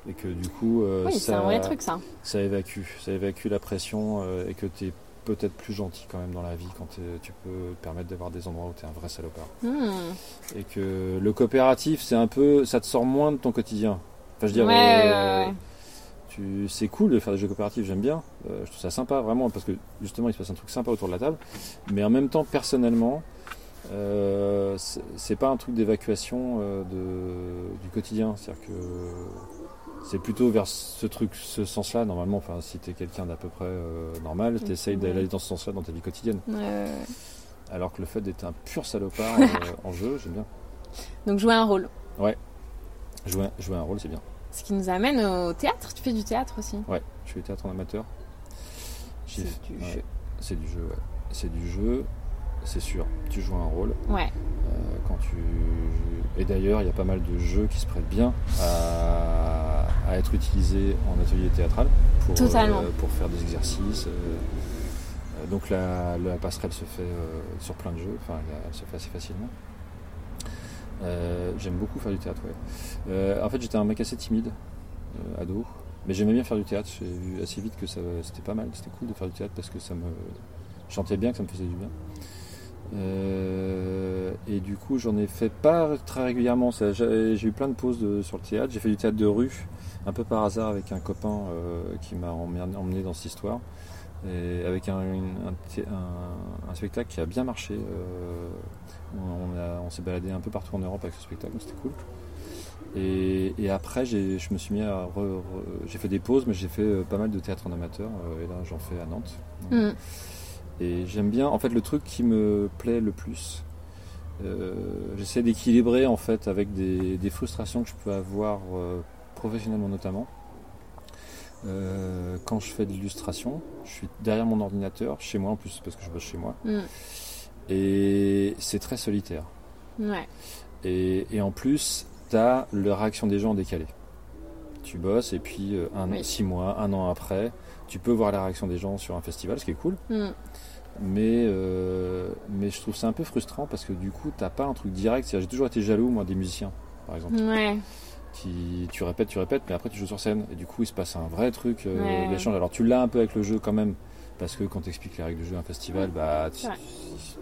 Et que du coup, euh,
Oui, c'est
ça,
un vrai truc ça.
ça évacue, ça évacue la pression euh, et que tu es peut-être plus gentil quand même dans la vie quand t'es- tu peux te permettre d'avoir des endroits où tu es un vrai salopard.
Mm.
Et que le coopératif, c'est un peu, ça te sort moins de ton quotidien. Enfin, je veux dire,
Ouais,
euh,
ouais, ouais.
tu- c'est cool de faire des jeux coopératifs, j'aime bien. Euh, je trouve ça sympa vraiment parce que justement, il se passe un truc sympa autour de la table. Mais en même temps, personnellement, euh, c'est- c'est pas un truc d'évacuation euh, de- du quotidien. C'est-à-dire que c'est plutôt vers ce truc, ce sens-là, normalement. Enfin, si t'es quelqu'un d'à peu près euh, normal, t'essayes
Ouais.
d'aller dans ce sens-là dans ta vie quotidienne.
Ouais, ouais, ouais.
Alors que le fait d'être un
[laughs]
pur salopard euh, en jeu, j'aime bien.
Donc jouer un rôle.
Jouer, un- jouer un rôle, c'est bien.
Ce qui nous amène au théâtre. Tu fais du théâtre aussi.
Ouais, je suis théâtre en amateur. J'ai-
C'est du
ouais,
jeu.
C'est du jeu, ouais. C'est du jeu, c'est sûr. Tu joues un rôle.
Ouais.
euh, quand tu... Et d'ailleurs, il y a pas mal de jeux qui se prêtent bien à, à être utilisés en atelier théâtral pour,
Totalement.
pour faire des exercices. euh, euh, Donc la, la passerelle se fait euh, sur plein de jeux, enfin elle- elle se fait assez facilement. Euh, J'aime beaucoup faire du théâtre, ouais. Euh, en fait, j'étais un mec assez timide, euh, ado, mais j'aimais bien faire du théâtre. J'ai vu assez vite que ça- c'était pas mal, c'était cool de faire du théâtre parce que ça me chantait bien, que ça me faisait du bien. Euh, et du coup, j'en ai fait pas très régulièrement. ça. J'ai j'ai eu plein de pauses de- sur le théâtre. J'ai fait du théâtre de rue, un peu par hasard, avec un copain euh, qui m'a emmené emmené dans cette histoire. Et avec un, une- un thé- un- un spectacle qui a bien marché. euh, on a- on s'est baladé un peu partout en Europe avec ce spectacle, donc c'était cool. Et, et après, j'ai- je me suis mis à. re- re- j'ai fait des pauses, mais j'ai fait euh, pas mal de théâtre en amateur. euh, et là, j'en fais à Nantes.
Mm.
Et j'aime bien, en fait, le truc qui me plaît le plus, euh, j'essaie d'équilibrer en fait avec des, des frustrations que je peux avoir euh, professionnellement notamment. Euh, quand je fais de l'illustration, je suis derrière mon ordinateur, chez moi en plus, parce que je bosse chez moi,
Mm.
et c'est très solitaire.
Mm. Ouais.
Et, et en plus, t'as la réaction des gens en décalé. Tu bosses et puis euh, un an,
Oui.
six mois, un an après, tu peux voir la réaction des gens sur un festival, ce qui est cool.
Mm.
Mais, euh, mais je trouve ça un peu frustrant parce que du coup, t'as pas un truc direct. C'est-à-dire, J'ai toujours été jaloux, moi, des musiciens, par exemple,
Ouais.
qui tu répètes, tu répètes, mais après tu joues sur scène. Et du coup, il se passe un vrai truc euh,
Ouais.
d'échange. Alors, tu l'as un peu avec le jeu quand même, parce que quand t'expliques les règles du jeu à un festival, bah, tu-
Mm. Ouais.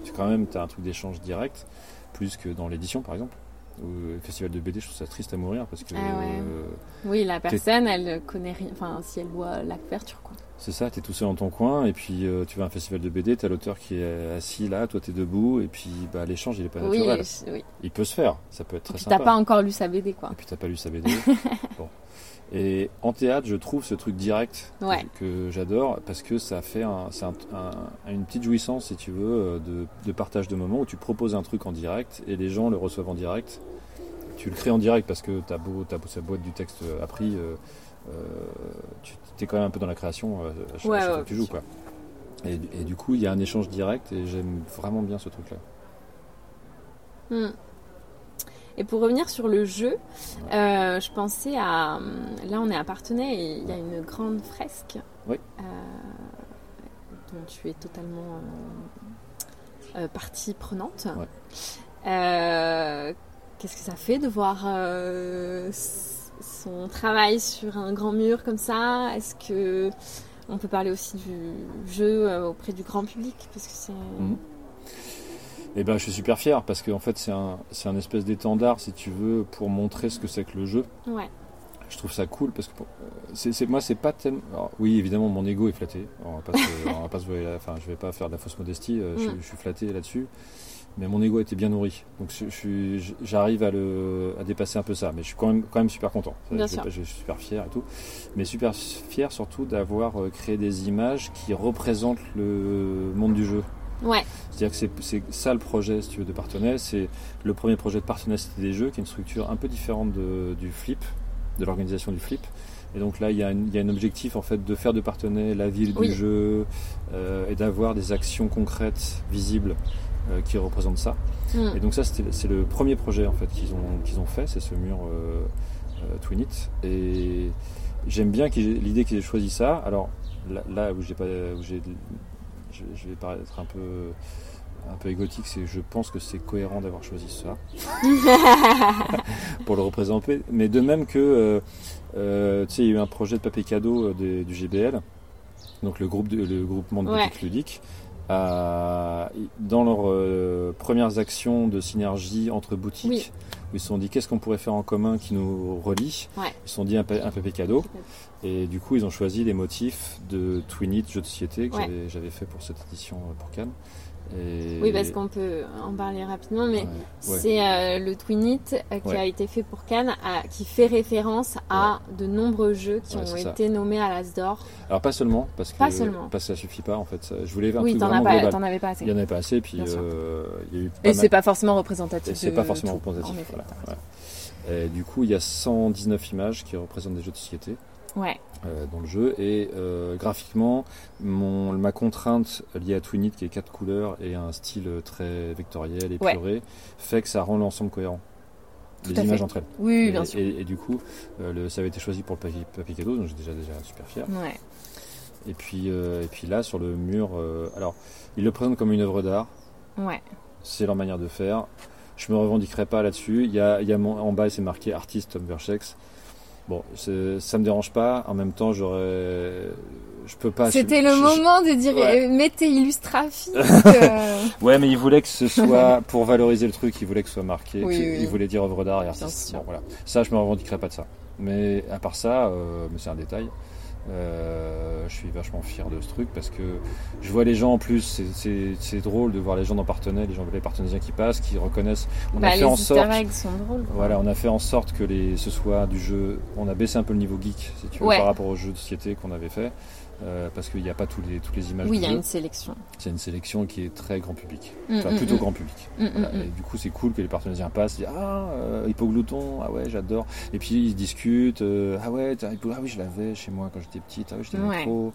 tu- quand même, t'as un truc d'échange direct, plus que dans l'édition, par exemple. Ou le festival de BD, je trouve ça triste à mourir parce que
Ah ouais.
euh,
Oui, la personne, elle connaît rien. Enfin, si elle voit la couverture, quoi.
C'est ça, t'es tout seul dans ton coin, et puis euh, tu vas à un festival de BD, t'as l'auteur qui est assis là, toi t'es debout, et puis bah, l'échange il est pas
Oui,
naturel.
je- oui.
Il peut se faire, ça peut être très
Puis
sympa.
t'as pas encore lu sa BD, quoi.
Et puis t'as pas lu
[laughs]
sa BD. bon. Et en théâtre, je trouve ce truc direct
Ouais.
que j'adore parce que ça fait un, c'est un- un- une petite jouissance, si tu veux, euh, de, de partage de moments où tu proposes un truc en direct et les gens le reçoivent en direct. Tu le crées en direct parce que t'as beau, t'as beau sa boîte du texte appris, euh, euh, tu t'es quand même un peu dans la création euh, à chaque, à
Ouais,
chaque
ouais,
fois que tu
bien
joues,
sûr.
quoi. Et, et du coup, il y a un échange direct et j'aime vraiment bien ce truc-là.
Mm. Hmm. Et pour revenir sur le jeu, euh, je pensais à. hum, Là, on est à Partenay et il y a une grande fresque.
Oui.
euh, dont tu es totalement euh, euh, partie prenante.
Ouais.
Euh, Qu'est-ce que ça fait de voir euh, s- son travail sur un grand mur comme ça Est-ce que. On peut parler aussi du jeu euh, auprès du grand public parce que c'est
Mhm. Eh ben, je suis super fier parce que en fait, c'est un, c'est un espèce d'étendard, si tu veux, pour montrer ce que c'est que le jeu.
ouais
Je trouve ça cool parce que pour- euh, c'est, c'est- moi, c'est pas tellement. alors, oui, évidemment, mon ego est flatté. On va pas se- on va pas se voiler la- Enfin, je vais pas faire de la fausse modestie. euh, je,
Mm.
je suis flatté là-dessus. Mais mon ego était bien nourri. Donc, je, je suis- je- j'arrive à, le, à dépasser un peu ça. Mais je suis quand même, quand même super content. Ça,
Bien
je, vais
sûr.
pas- je suis super fier et tout. Mais super fier surtout d'avoir euh, créé des images qui représentent le monde du jeu.
ouais
C'est-à-dire que c'est- c'est ça le projet, si tu veux, de Partenay. C'est le premier projet de Partenay, c'était des jeux, qui est une structure un peu différente de- du Flip, de l'organisation du Flip. Et donc là, il y, a une- il y a un objectif en fait de faire de Partenay la ville
Oui.
du jeu euh, et d'avoir des actions concrètes, visibles, euh, qui représentent ça.
Mhm.
Et donc ça, c'était- c'est le premier projet en fait qu'ils ont, qu'ils ont fait, c'est ce mur euh, euh, Twinit. Et j'aime bien qu'ils- l'idée qu'ils aient choisi ça. Alors là, là où j'ai pas, où j'ai, je, je vais paraître un peu, un peu égotique, c'est que je pense que c'est cohérent d'avoir choisi ça pour le représenter. Mais de même que, euh, euh, tu sais, il y a eu un projet de papier cadeau euh, des- du GBL, donc le groupe, de- le groupement de
Ouais.
boutiques ludiques à- dans leurs euh, premières actions de synergie entre boutiques,
Oui.
où ils se sont dit qu'est-ce qu'on pourrait faire en commun qui nous relie.
Ouais.
Ils se sont dit un, pa- un papier cadeau. Et du coup, ils ont choisi les motifs de Twin It, jeu de société, que
Ouais.
j'avais- j'avais fait pour cette édition euh, pour Cannes. Et-
oui parce qu'on peut en parler rapidement mais
Ouais. Ouais.
c'est euh, le Twinit euh, qui
Ouais.
a été fait pour Cannes à- qui fait référence à de nombreux jeux qui
Ouais,
ont
c'est ça.
été nommés à l'as d'or
Alors, pas seulement, parce que,
Pas seulement.
parce que ça suffit pas en fait. Ça- Je voulais un
oui
truc
t'en as
vraiment
pas
global.
t'en avais pas assez
Il n'y en avait pas assez, puis
Bien sûr.
euh, il y a eu pas
et
mal-
c'est pas forcément représentatif
Et c'est
de
pas forcément
tout,
représentatif.
en effet.
voilà, ouais. Et du coup, il y a 119 images qui représentent des jeux de société
ouais
euh, dans le jeu. Et euh, graphiquement, mon, ma contrainte liée à Twinit, qui est quatre couleurs et un style euh, très vectoriel et
Ouais.
puré, fait que ça rend l'ensemble cohérent. les
à
images
fait.
entre elles.
oui
et,
bien sûr
et- et du coup, euh, le, ça avait été choisi pour le papier, papier cadeau, donc j'ai déjà, déjà super fier.
ouais
Et puis, euh, et puis là, sur le mur, euh, alors, ils le présentent comme une œuvre d'art.
ouais
C'est leur manière de faire. Je me revendiquerai pas là-dessus. Il y a, il y a mon- en bas, c'est marqué artiste Tom Verchex. Bon, c'est- ça me dérange pas. En même temps, j'aurais, Ah, je peux pas.
c'était le
je- je-
moment de dire
Ouais.
euh, mets tes
[laughs]
illustrafiques euh,
Ouais, mais ils voulaient
[laughs]
que ce soit pour valoriser le truc. Ils voulaient que ce soit marqué.
Oui,
que-
oui.
Ils voulaient dire œuvre d'art
Bien
et artiste.
sûr.
Bon, voilà. Ça, je me revendiquerai pas de ça. Mais à part ça, euh, mais c'est un détail. Euh, je suis vachement fier de ce truc parce que je vois les gens en plus, c'est- c'est c'est drôle de voir les gens dans Partenay, les gens les partenaires qui passent, qui reconnaissent. On
bah,
a fait
les
en sorte
easter eggs sont drôles quoi.
Voilà, on a fait en sorte que les, ce soit du jeu. On a baissé un peu le niveau geek, si tu veux,
Ouais.
par rapport aux jeux de société qu'on avait fait, euh, parce qu'il n'y a pas tous les, toutes les images
oui il
du
y a
jeu.
une sélection
C'est une sélection qui est très grand public,
Mm,
enfin
mm,
plutôt
mm.
grand public.
Mm, mm,
Voilà.
mm.
Et du coup, c'est cool que les partenaires passent, ils disent ah euh, hypoglouton, ah ouais j'adore. Et puis ils discutent, euh, ah ouais t'as hypo- ah oui je l'avais chez moi quand j'étais petite, ah oui je
Ouais.
l'avais trop.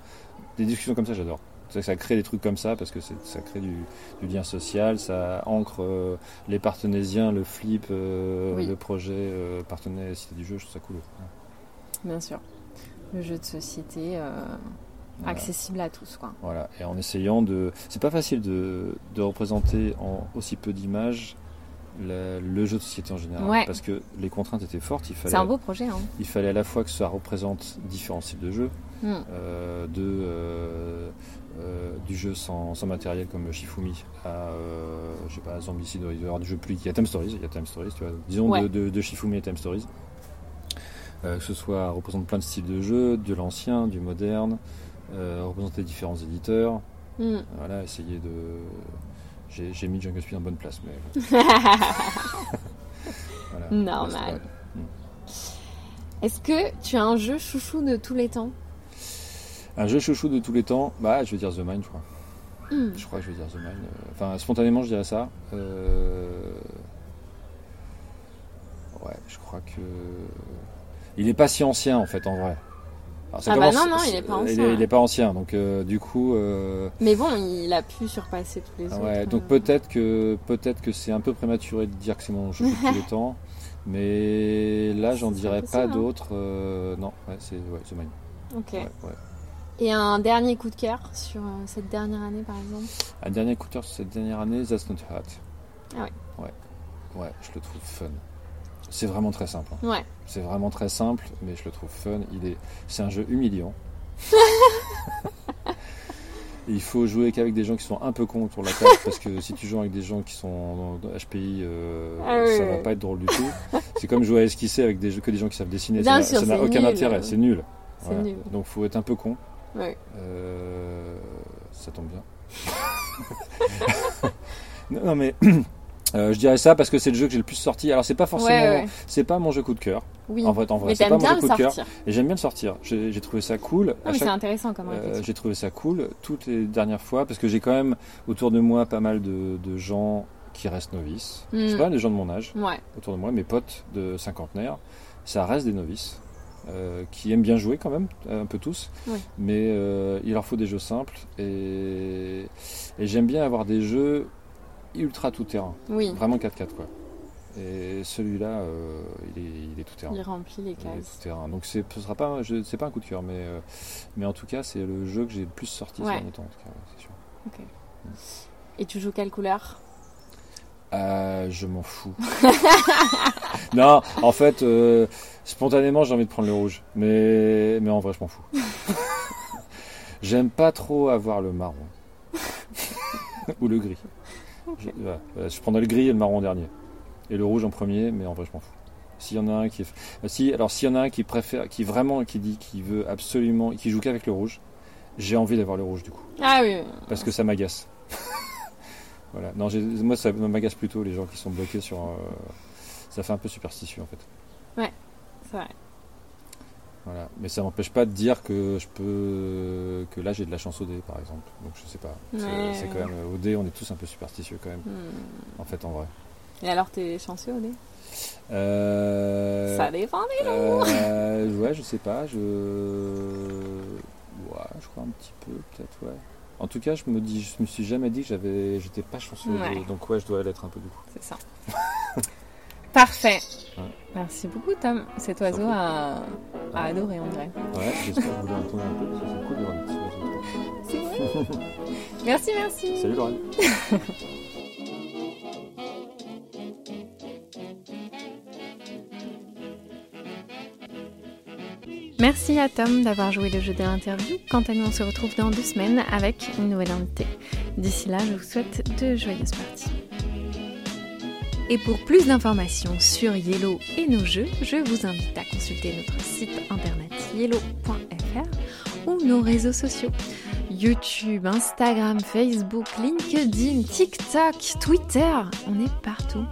Des discussions comme ça j'adore. Ça, ça crée des trucs comme ça parce que c'est- ça crée du, du lien social, ça ancre euh, les partenaisiens, le flip, euh,
Oui.
le projet euh, partenaire cité du jeu, je trouve ça cool.
Bien sûr. Le jeu de société euh,
Voilà.
accessible à tous, quoi.
Voilà, et en essayant de. C'est pas facile de, de représenter en aussi peu d'images la- le jeu de société en général.
Ouais.
Parce que les contraintes étaient fortes, il
C'est
fallait,
un beau projet, hein.
il fallait à la fois que ça représente différents types de jeux,
Mm.
euh, de, euh, euh, du jeu sans, sans matériel comme Shifumi à euh, je sais pas, Zombicide River, du jeu plus. Il y a Time Stories, il y a Time Stories, tu vois. Disons
Ouais.
de, de- de Shifumi et Time Stories. Euh, que ce soit représente plein de styles de jeu, de l'ancien, du moderne, euh, représenter différents éditeurs.
[laughs] Mm.
Voilà, essayer de. J'ai j'ai mis Jungle Speed en bonne place, mais.
[laughs]
Voilà.
Normal. Est-ce que tu as un jeu chouchou de tous les temps
Un jeu chouchou de tous les temps, bah je vais dire The Mind, je crois.
Mm.
Je crois que je vais dire The Mind. euh, Enfin, spontanément, je dirais ça. Euh, Ouais, je crois que. Il est pas si ancien en fait, en vrai. Alors, ça
Ah bah
commence-
non, non, il est pas ancien,
Il
ouais.
est, il est pas ancien, donc euh, du coup. euh,
Mais bon, il a pu surpasser tous les autres.
Ah ouais, donc
euh.
peut-être que, peut-être que c'est un peu prématuré de dire que c'est mon
[laughs]
chouchou de tous les temps. Mais là, j'en
C'est
dirais
possible,
pas
hein.
d'autres. euh, non, ouais, c'est ouais, The Mine.
Ok.
Ouais, ouais.
Et un dernier coup de cœur sur euh, cette dernière année, par exemple
Un dernier coup de cœur sur cette dernière année, That's Not Hot.
Ah ouais.
Ouais. Ouais, je le trouve fun. C'est vraiment très simple. hein.
Ouais.
C'est vraiment très simple, mais je le trouve fun. Il est, c'est un jeu
[laughs]
humiliant. Il faut jouer qu'avec des gens qui sont un peu cons autour de la table, [laughs] parce que si tu joues avec des gens qui sont dans dans HPI, euh,
Ah oui,
ça va
oui.
pas être drôle du tout. C'est comme jouer à esquisser avec des, que des gens qui savent dessiner.
Bien
ça n'a-
sûr,
ça n'a
c'est
aucun
nul.
intérêt, c'est nul.
C'est
Voilà.
nul.
Donc faut être un peu con.
Ouais.
Euh, ça tombe bien. [laughs] non, non, mais [clears throat] euh, je dirais ça parce que c'est le jeu que j'ai le plus sorti. Alors c'est pas forcément,
Ouais, ouais.
c'est pas mon jeu coup de cœur.
Oui.
En vrai, en vrai,
mais
c'est
t'aimes
pas mon
bien le
jeu coup de cœur.
sortir.
Et j'aime bien le sortir. J'ai j'ai trouvé ça cool.
Non,
À
mais c'est
chaque-
intéressant comme
euh,
réflexion.
j'ai trouvé ça cool toutes les dernières fois parce que j'ai quand même autour de moi pas mal de, de gens qui restent novices.
Mm.
C'est pas mal de gens de mon âge
Ouais.
autour de moi, mes potes de cinquantenaire, ça reste des novices euh, qui aiment bien jouer quand même, euh, un peu tous,
Oui.
mais euh, il leur faut des jeux simples et, et j'aime bien avoir des jeux ultra tout terrain,
Oui.
vraiment 4x4 quoi. Et celui-là, euh, il, est, il est tout terrain.
Il remplit les cases.
terrain. Donc c'est- ce sera pas, un jeu- c'est pas un coup de cœur, mais, euh, mais en tout cas c'est le jeu que j'ai le plus sorti
Ouais.
ces derniers temps. En tout cas, ouais, c'est sûr.
Et tu joues quelle couleur
Euh, je m'en fous. [laughs] non, en fait, euh, spontanément, j'ai envie de prendre le rouge. Mais, mais en vrai, je m'en fous. J'aime pas trop avoir le marron. [laughs] Ou le gris. Je, voilà, voilà, je prendrais le gris et le marron en dernier. Et le rouge en premier, mais en vrai, je m'en fous. S'il y en a un qui est... euh, si, alors s'il y en a un qui préfère, qui vraiment, qui dit qu'il veut absolument, qui joue qu'avec le rouge, j'ai envie d'avoir le rouge du coup
Ah oui.
parce que ça m'agace. [laughs] voilà. Non, j'ai- moi ça m'agace plutôt les gens qui sont bloqués sur. euh, ça fait un peu superstitieux en fait.
C'est vrai.
Voilà. Mais ça m'empêche pas de dire que je peux que là j'ai de la chance au dé par exemple. Donc je sais pas. C'est-
Ouais.
C'est quand même euh, au dé, on est tous un peu superstitieux quand même.
Hmm.
En fait, en vrai.
Et alors, t'es chanceux au dé
Euh,
Ça dépend. des-
euh, ouais, je sais pas. Je. Ouais, je crois un petit peu peut-être. Ouais. En tout cas, je me dis, je me suis jamais dit que j'avais, j'étais pas chanceux. au dé.
Ouais.
Donc ouais, je dois l'être un peu du coup.
C'est ça. [laughs] Parfait.
Ouais.
Merci beaucoup, Tom. Cet oiseau a, a adoré, on dirait.
Ouais, j'espère que vous l'entendez un peu, parce que c'est cool de voir des petits oiseaux.
C'est vrai. Merci, merci.
Salut Lorraine
Merci à Tom d'avoir joué le jeu de l'interview. Quant à nous, on se retrouve dans deux semaines avec une nouvelle invitée. D'ici là, je vous souhaite de joyeuses parties.
Et pour plus d'informations sur Yellow et nos jeux, je vous invite à consulter notre site internet yellow.fr ou nos réseaux sociaux YouTube, Instagram, Facebook, LinkedIn, TikTok, Twitter, on est partout.